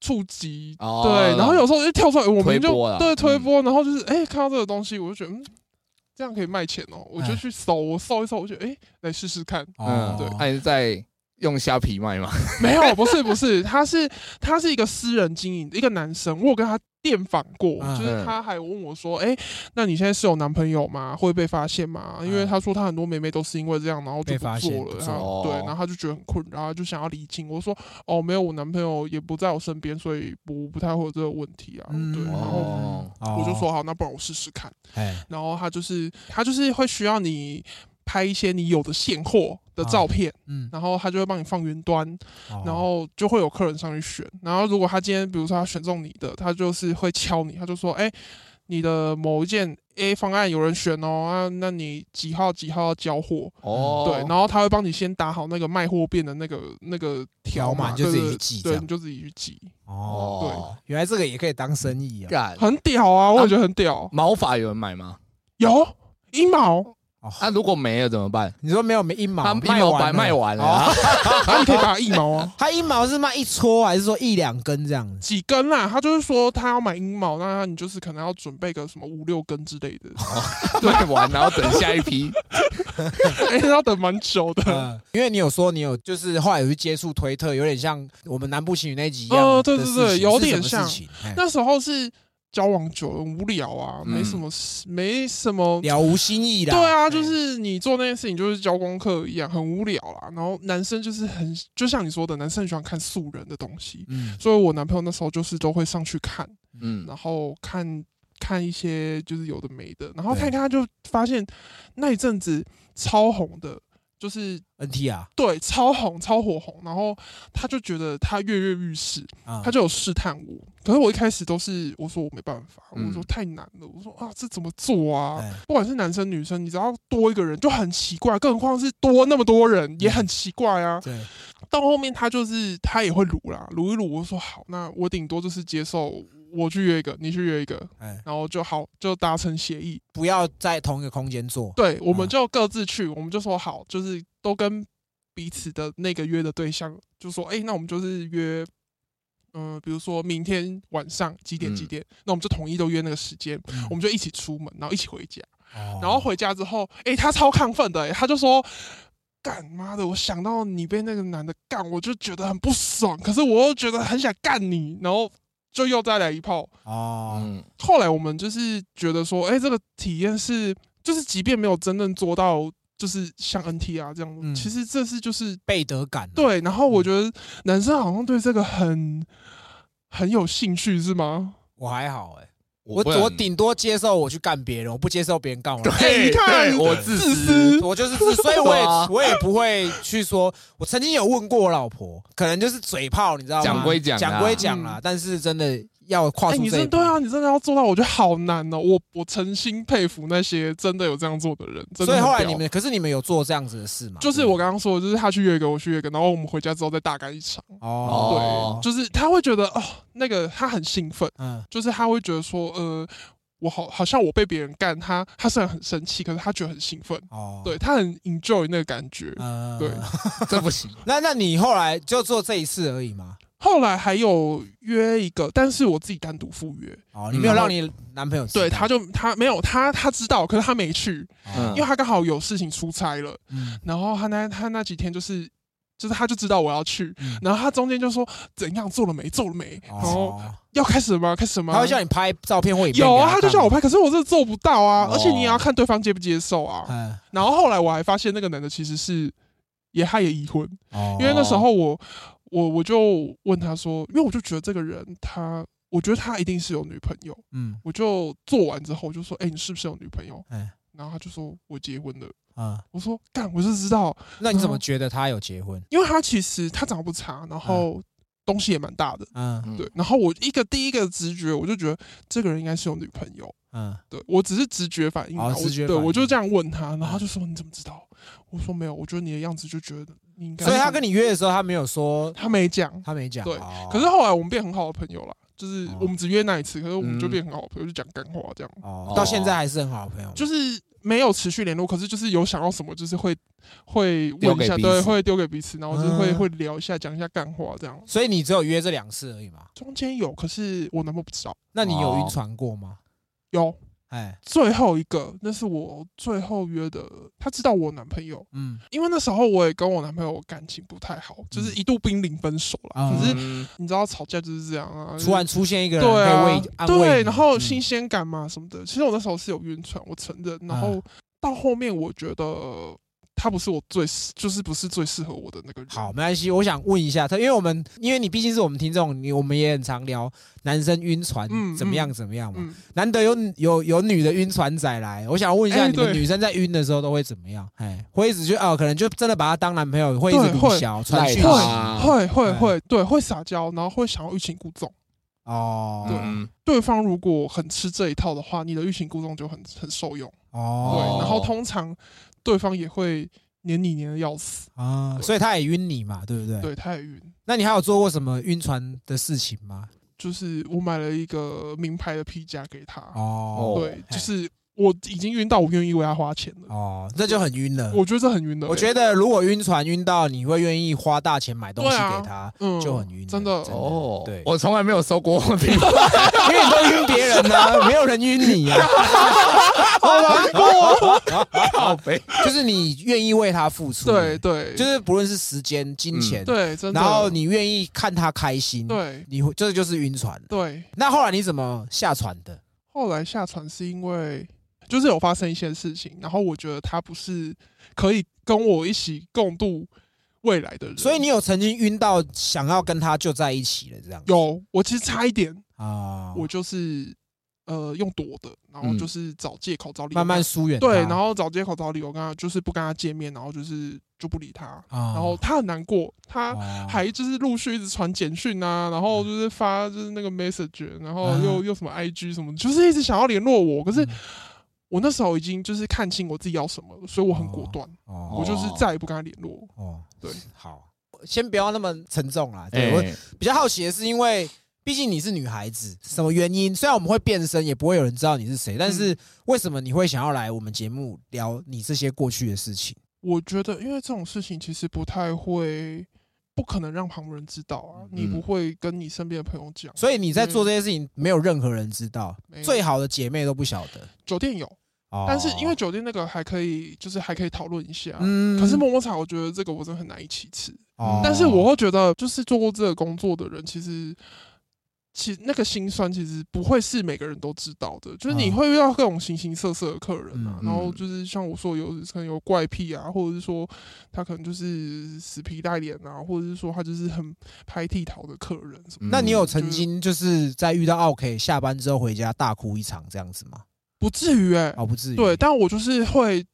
触及
哦
对，然后有时候就跳出来，我们
推
就
播啦
对
嗯
推播，然后就是哎、看到这个东西，我就觉得嗯，这样可以卖钱哦，我就
哎
去搜，我搜一搜，我觉得哎、来试试看。
嗯，
哦
对，
哎
还是在用虾皮卖嘛？
没有，不是不是，他是他是一个私人经营的一个男生，我有跟他电访过，
嗯
就是他还问我说，哎、那你现在是有男朋友吗？会被发现吗？因为他说他很多妹妹都是因为这样，然后
嗯
就
被发
不
现哦
做
不
了，
做
然后对，然后他就觉得很困扰，然后就想要离清。我说哦，没有，我男朋友也不在我身边，所以不不太会有这个问题啊，
嗯
对，然后。
哦，
我就，说好，那不然我试试看。
哎，
然后他就是他就是会需要你拍一些你有的现货的照片，
嗯，
然后他就会帮你放云端，
哦
然后就会有客人上去选。然后如果他今天比如说他选中你的，他就是会敲你，他就说：“哎、你的某一件 A 方案有人选哦，啊，那你几号几号要交货？”
哦，
对，然后他会帮你先打好那个卖货变的那个那个
条码
码，
你就
对
自己
对
去记这
对，
样
你就自己去记，
哦，
哦，
原来这个也可以当生意啊。
干
很屌啊！我也觉得很屌，
毛发有人买吗？
有阴毛。
哦
啊
那如果没了怎么办？
你说没有没一毛，
他一毛白卖
完了，哦
完了啊，
啊，你可以打一毛啊，
他一毛是卖一撮还是说一两根这样子？
几根啦？他就是说他要买阴毛，那你就是可能要准备个什么五六根之类 的，
卖完然后等下一批。
哎、要等蛮久的。
嗯，因为你有说你有就是后来有去接触推特，有点像我们南部情侣那集一样
哦
的
对对
事情
对有
是什
点
么
像
事情哎
那时候是交往久了，很无聊啊，
嗯
没什么事，没什么。
了无新意的。
对啊，
哎
就是你做那件事情，就是交功课一样，很无聊啦。然后男生就是很，就像你说的，男生很喜欢看素人的东西，
嗯
所以我男朋友那时候就是都会上去看，
嗯，
然后看看一些就是有的没的，然后
对
看一看他就发现那一阵子超红的，就是
NT 啊，
对超红超火红，然后他就觉得他跃跃欲试，
啊
他就有试探我，可是我一开始都是我说我没办法，
嗯
我说太难了，我说啊这怎么做啊？
哎
不管是男生女生，你只要多一个人就很奇怪，更何况是多那么多人也很奇怪啊。
对
到后面他就是他也会撸啦，撸一撸，我说好，那我顶多就是接受我去约一个，你去约一个，
哎，
然后就好就达成协议，
不要在同一个空间做。
对，我们
嗯
就各自去，我们就说好，就是都跟彼此的那个约的对象就说，哎、那我们就是约，嗯、比如说明天晚上几点
嗯
几点，那我们就统一都约那个时间，
嗯
我们就一起出门，然后一起回家，
哦
然后回家之后，哎、他超亢奋的、诶他就说。干妈的！我想到你被那个男的干，我就觉得很不爽，可是我又觉得很想干你，然后就又再来一炮，
哦，
嗯，
后来我们就是觉得说，哎、这个体验是，就是即便没有真正做到，就是像 NTR 这样，
嗯
其实这是就是
贝德感。，啊
对。然后我觉得男生好像对这个很很有兴趣，是吗？
我还好哎、我
不能
我顶多接受我去干别人，我不接受别人干我。
哎你
对，
看
对我
自
自
私
私，
我就是自，所以我也、
对啊
我也不会去说。我曾经有问过我老婆，可能就是嘴炮，你知道吗？
讲归讲啊
讲归讲啦，但是真的要跨
哎、
出
你
这一
真
步。
对啊，你真的要做到，我觉得好难哦。我我诚心佩服那些真的有这样做的人。真的
所以
很
后来
屌
你们，可是你们有做这样子的事吗？
就是我刚刚说的，就是他去约一个，我去约一个，然后我们回家之后再大干一场。
哦，
就是他会觉得哦，那个他很兴奋，
嗯，
就是他会觉得说，呃，我好好像我被别人干，他他虽然很生气，可是他觉得很兴奋，
哦，
对，他很 enjoy 那个感觉。
嗯
对
这不行。
那那你后来就做这一次而已吗？
后来还有约一个，但是我自己单独赴约，
哦，你没有
嗯
让你男朋友知道
对，他就他没有他他知道，可是他没去，
哦
嗯
因为他刚好有事情出差了。
嗯
然后他那他那几天就是就是他就知道我要去，
嗯
然后他中间就说怎样做了没做了没，然后
哦，
要开始了吗？开始了吗？
他会叫你拍照片或影片
有
给
啊，他就
看
叫我
吗，
拍，可是我真的做不到啊，
哦
而且你也要看对方接不接受啊。
嗯，
然后后来我还发现那个男的其实是也他也已婚，
哦
因为那时候我我我就问他说，因为我就觉得这个人他。我觉得他一定是有女朋友，
嗯
我就做完之后我就说：“哎、你是不是有女朋友
哎？”
然后他就说：“我结婚了。
啊，”
我说：“干，我就知道，
那你怎么觉得他有结婚？
因为他其实他长得不差，然后东西也蛮大的，
哎嗯
嗯
对。然后我一个第一个直觉，我就觉得这个人应该是有女朋友，
嗯，
对我只是直觉反应啊，
哦
我
直觉反
对
应嗯
我就这样问他，然后他就说你怎么知道？我说没有，我觉得你的样子就觉得你应该是。
所以他跟你约的时候，他没有说，
他没讲，
他没讲。
啊对
哦
可是后来我们变很好的朋友了。就是
哦
我们只约那一次，可是我
嗯
们就变很好的朋友，就讲干话这样，
哦，到现在还是很好的朋友吗，
就是没有持续联络，可是就是有想到什么，就是会会
丢
问
给
一下，
彼此
对，会丢给彼此，然后就是会
嗯
会聊一下，讲一下干话这样。
所以你只有约这两次而已嘛？
中间有，可是我男朋友不知道。
那你有晕船过
哦
吗？
有
哎，
最后一个，那是我最后约的，他知道我男朋友，
嗯，
因为那时候我也跟我男朋友感情不太好，就是一度濒临分手了。
嗯
可是
嗯
你知道吵架就是这样啊，
突然出现一个人
对
可以
啊
慰安，慰你，
对，然后
嗯啊
新鲜感嘛什么的。其实我那时候是有晕船，我承认。然后到后面我觉得他不是我最适，就是不是最适合我的那个人。
好，没关系。我想问一下他，因为我们因为你毕竟是我们听众，你我们也很常聊男生晕船
嗯
怎么样怎么样嘛。
嗯，
难得有有有女的晕船仔来，我想问一下
哎
你们
对
女生在晕的时候都会怎么样？哎，会一直就哦，可能就真的把他当男朋友，会一直
对
鲁
会
小传
赖
讯
他
息
啊
会会
嗯
会，对，会撒娇，然后会想要欲擒故纵。
哦，
嗯，
对方如果很吃这一套的话，你的欲擒故纵就很很受用。
哦，
对，然后通常对方也会黏你黏的要死，
啊，所以他也晕你嘛，对不对？
对，他也晕。
那你还有做过什么晕船的事情吗？
就是我买了一个名牌的皮夹给他，
哦，
对，
嘿
就是我已经晕到我愿意为他花钱了，
哦，这就很晕了。
我觉得这很晕的。欸
我觉得如果晕船晕到你会愿意花大钱买东西
对啊
给他，
嗯
就很晕了
真的
真的
哦，
对
我从来没有收过我名牌，
因为你都晕别人 呐、没有人晕你啊， 好难
啊靠
过。
背
就是你愿意为他付出，
对，对，
就是不论是时间、金钱，
对，真的。
然后你愿意看他开心，，
对
你会这就是晕船。
对，
那后来你怎么下船的？
后来下船是因为就是有发生一些事情，然后我觉得他不是可以跟我一起共度未来的人，
所以你有曾经晕到想要跟他就在一起了这样子？
有我其实差一点，
啊，
我就是呃用躲的，然后
嗯
就是找借口找理由
慢慢
跟
疏远
他
他，
对，然后找借口找理由跟他就是不跟他见面，然后就是就不理他，
啊，
然后他很难过，他
哦嗯
还就是陆续一直传简讯啊，然后就是发就是那个 message，然后
啊
又又什么 IG 什么，就是一直想要联络我，可是
嗯
我那时候已经就是看清我自己要什么了，所以我很果断，
哦
我就是再也不跟他联络。
哦，
对，
好，先不要那么沉重啦。对、我
哎，
比较好奇的是，因为毕竟你是女孩子，什么原因？虽然我们会变身，也不会有人知道你是谁，但
嗯
是为什么你会想要来我们节目聊你这些过去的事情？
我觉得，因为这种事情其实不太会，不可能让旁人知道啊，你
嗯
不会跟你身边的朋友讲。
所以你在做这些事情，没有任何人知道，
没有
最好的姐妹都不晓得。
酒店有，
哦
哎但是因为酒店那个还可以，就是还可以讨论一下。
嗯
可是摸摸茶，我觉得这个我真的很难以启齿。
哦
但是我会觉得，就是做过这个工作的人，其实其实那个心酸其实不会是每个人都知道的，就是你会遇到各种形形色色的客人啊，
嗯
然后就是像我说有可能有怪癖啊，或者是说他可能就是死皮赖脸啊，或者是说他就是很拍剃头的客人什么的。
那你有
嗯
曾经就是在遇到 OK 下班之后回家大哭一场这样子吗？
不至于哎、
哦，不至于。
对，但我就是会，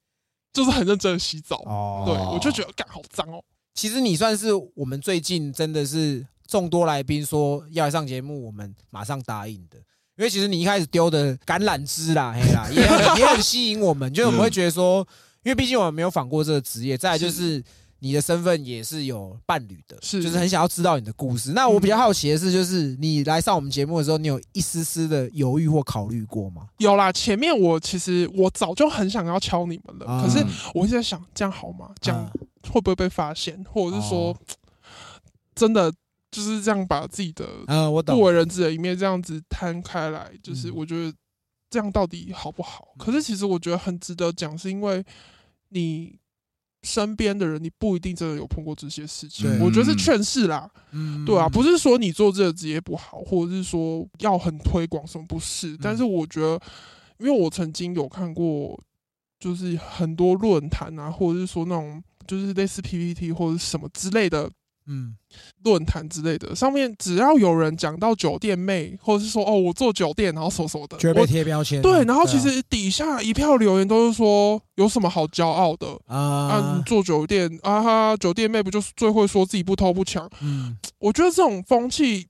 就是很认真的洗澡，
哦，
对我就觉得干好脏哦，
其实你算是我们最近真的是众多来宾说要来上节目，我们马上答应的。因为其实你一开始丢的橄榄枝啦，嘿啦，也 很也很吸引我们，就是我
嗯
们会觉得说，因为毕竟我们没有访过这个职业，再来就是你的身份也是有伴侣的，
是嗯
就是很想要知道你的故事。那我比较好奇的是，就是你来上我们节目的时候，你有一丝丝的犹豫或考虑过吗？
有啦，前面我其实我早就很想要敲你们了，
啊
可是我一直在想，这样好吗？这样
啊
会不会被发现？或者是说，
哦
真的就是这样把自己的
嗯，我
不
懂。
为人知的一面这样子摊开来，就是
嗯
我觉得这样到底好不好？可是其实我觉得很值得讲，是因为你。身边的人，你不一定真的有碰过这些事情，
对
我觉得是劝世啦，
嗯
对啊，不是说你做这个职业不好，或者是说要很推广什么不是，
嗯
但是我觉得，因为我曾经有看过，就是很多论坛啊，或者是说那种就是类似 PPT 或者什么之类的
嗯，
论坛之类的，上面只要有人讲到酒店妹，或者是说哦我做酒店，然后什么什么的，
就会被
呃我
贴标签啊。
对，然后其
啊
实底下一票留言都是说有什么好骄傲的。啊，你
啊，
做酒店啊哈，酒店妹不就是最会说自己不偷不抢？
嗯，
我觉得这种风气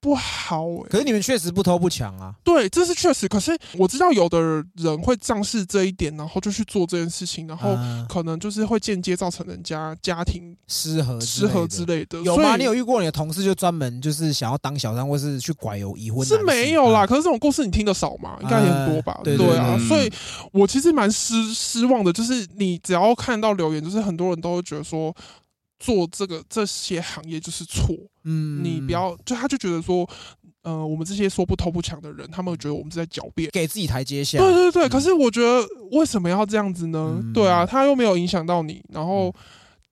不好、欸，
可是你们确实不偷不抢啊。
对，这是确实。可是我知道有的人会仗势这一点，然后就去做这件事情，然后
啊
可能就是会间接造成人家家庭
失和
失和之
类
类的。
的。有吗？
所以
你有遇过你的同事就专门就是想要当小三，或是去拐有已婚？
是没有啦，，可是这种故事你听得少嘛，应该也很多吧
啊？对
对
对
啊，
对
所以我其实蛮失失望的，就是你只要看到留言，就是很多人都会觉得说。做这个这些行业就是错，
嗯
你不要就他就觉得说，呃，我们这些说不偷不抢的人，他们觉得我们是在狡辩，
给自己台阶下。
对对
嗯
对，可是我觉得为什么要这样子呢？
嗯
对啊，他又没有影响到你，然后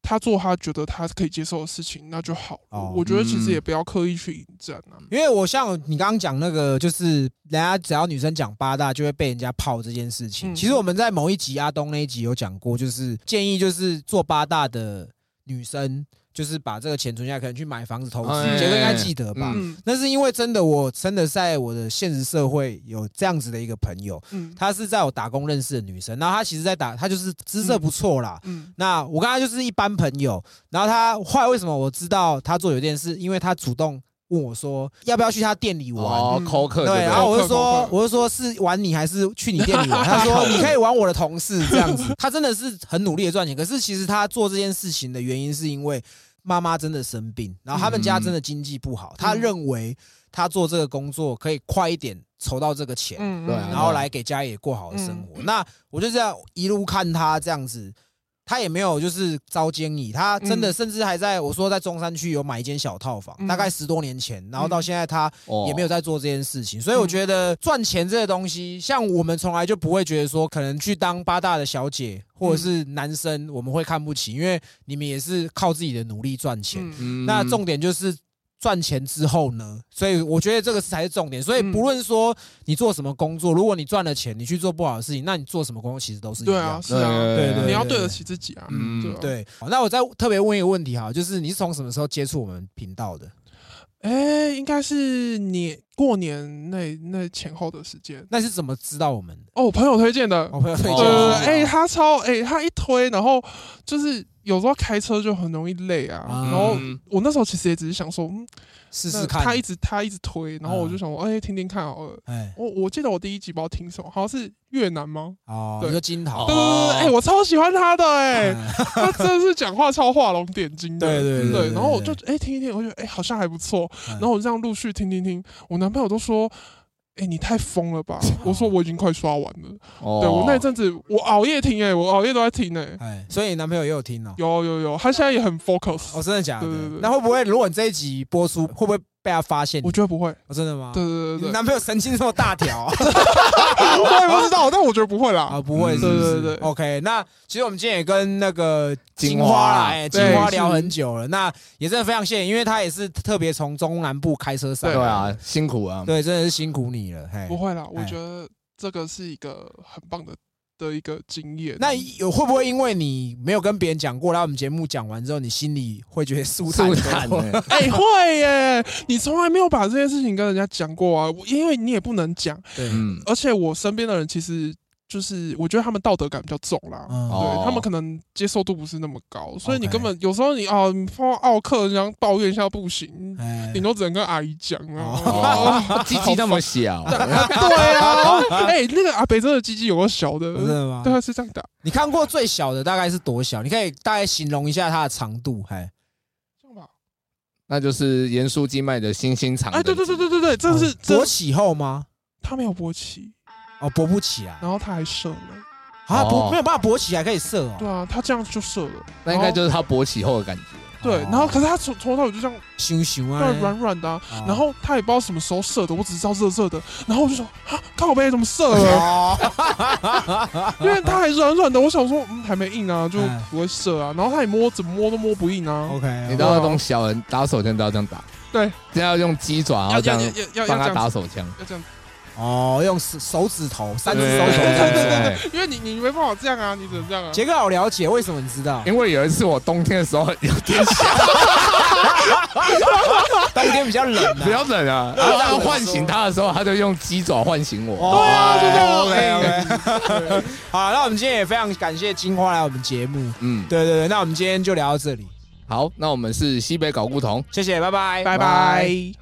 他做他觉得他可以接受的事情，那就好了。
哦
我觉得其实也不要刻意去引战啊。
因为我像你刚刚讲那个，就是人家只要女生讲八大就会被人家泡这件事情。
嗯
其实我们在某一集阿东那一集有讲过，就是建议就是做八大的女生，就是把这个钱存下来，可能去买房子投资。
哎
杰哥应该记得吧？
嗯
那是因为真的，我真的在我的现实社会有这样子的一个朋友，
嗯
她是在我打工认识的女生，然后她其实在打，她就是姿色不错啦。
嗯
那我跟她就是一般朋友，然后她后来为什么我知道她做酒店，是因为她主动问我说要不要去她店里玩。
哦
嗯，
口渴
对，然后我就
扣
说
扣，扣
我就说是玩你还是去你店里玩？ 她说你可以玩我的同事这样子。她真的是很努力的赚钱，可是其实她做这件事情的原因是因为妈妈真的生病，然后他们家真的经济不好，她认为她做这个工作可以快一点筹到这个钱，
嗯
对啊
然后来给家里也过好的生活。那我就这样一路看他这样子，他也没有就是遭奸议，他真的
嗯
甚至还在我说在中山区有买一间小套房，
嗯
大概十多年前，然后到现在他
哦
也没有在做这件事情。所以
嗯
我觉得赚钱这个东西，像我们从来就不会觉得说可能去当八大的小姐或
嗯
者是男生，我们会看不起，因为你们也是靠自己的努力赚钱。
嗯
嗯
那重点就是赚钱之后呢，所以我觉得这个才是重点。所以
嗯
不论说你做什么工作，如果你赚了钱，你去做不好的事情，那你做什么工作其实都是一
对啊，
样。
是啊，
对对
你要对得起自己啊。
嗯
对啊，
对，好那我再特别问一个问题哈，就是你是从什么时候接触我们频道的？
哎，应该是你过年那那前后的时间
那是怎么知道我们的？
哦，我朋友推荐的。
我朋友推荐
哦
的
呃，
对
哎、他超哎、他一推，然后就是有时候开车就很容易累啊。
啊
然后
嗯
我那时候其实也只是想说，嗯，
试
那
试看。嗯
他一直他一直推，然后我就想说，哎、听听看好了。
哎
我我记得我第一集不知道听什么，好像是越南吗？
哦，
对
你说金桃
对
哦，
对对对，哎、我超喜欢他的哎、
哎
他真的是讲话超画龙点睛的。
对对
对然后我就
对
哎、听一听，我觉得哎、好像还不错，
嗯
然后我这样陆续听听听，我男朋友都说。哎、你太疯 了吧！我说我已经快刷完了。
哦
哦
对我那一阵子，我熬夜听哎、我熬夜都在听哎、
哎，所以你男朋友也有听哦。
有有有，他现在也很 focus。
哦，真的假的
对对对？
那会不会如果你这一集播出，会不会被他发现？
我觉得不会，
哦真的吗？
对对
你
对对
男朋友神经这么大条啊
对，我也不知道，但我觉得不会
啊？
啦。
不会
嗯
是不是，
对对对
OK，那其实我们今天也跟那个
金
金花
花
啦，
啦
哎，金
对
花
是
聊很久了，那也真的非常谢谢，因为他也是特别从中南部开车上
对
来，
啊，辛苦啊，
对，真的是辛苦你了，嘿
不。会啦，我
哎
觉得这个是一个很棒的的一个经验。
那有会不会因为你没有跟别人讲过，来我们节目讲完之后，你心里会觉得舒坦
舒
多？
坦欸
哎、会耶！你从来没有把这件事情跟人家讲过啊，我因为你也不能讲，
对，
嗯，
而且我身边的人其实就是，我觉得他们道德感比较重啦。
嗯哦
哦
对他们可能接受度不是那么高，所以你
OK
根本有时候你啊，你碰到奥克，人家抱怨一下不行，
哎
顶多只能跟阿姨讲
哦
啊。
哦，鸡鸡那么小，
对啊， 哎，那个阿北真的鸡鸡有个小的，
真的吗
对，？他是这样打，
你看过最小的大概是多小？你可以大概形容一下它的长度，嘿，
这样吧？
那就是盐酥鸡卖的星星肠。
哎，对对对，对对对，
哦
这是这
嗯勃起后吗？
他没有勃起，
哦，勃不起来
然后他还射了，
啊，
哦
勃没有办法勃起来可以射
对
哦，
啊，他这样就射了，
那应该就是它勃起后的感觉。
对，然后可是他从从头到尾就这样
哎
熊熊啊
对，软软的啊、
哦
然后他也不知道什么时候射的，我只知道热热的，然后我就说啊，靠背怎么射 了？
哦，
因为他还软软的，我想说嗯还没硬啊，就
哎
不会射啊。然后他也摸怎么摸都摸不硬啊，
OK，
你知道那种小人打手枪都要这样打，
对，
这样要用鸡爪，然
要
后这
要
样
要要要
帮
这
他
样
打
子。
手枪。
要这样子，
哦，用手手指头，三只
对
手指头，
对
对对
对
对对，因为你你没办法这样啊，你只能这样啊。
杰哥好了解，为什么你知 道？
因为有一次我冬天的时候 有点小，
冬天比较冷啊，
不要冷啊，然后他唤醒他的时候，他就用鸡爪唤醒我。
对
啊就这样
OK OK。好，那我们今天也非常感谢金花来我们节目。
嗯，
对对对，那我们今天就聊到这里，
好，那我们是西北搞不同，
谢谢，拜拜，
拜拜。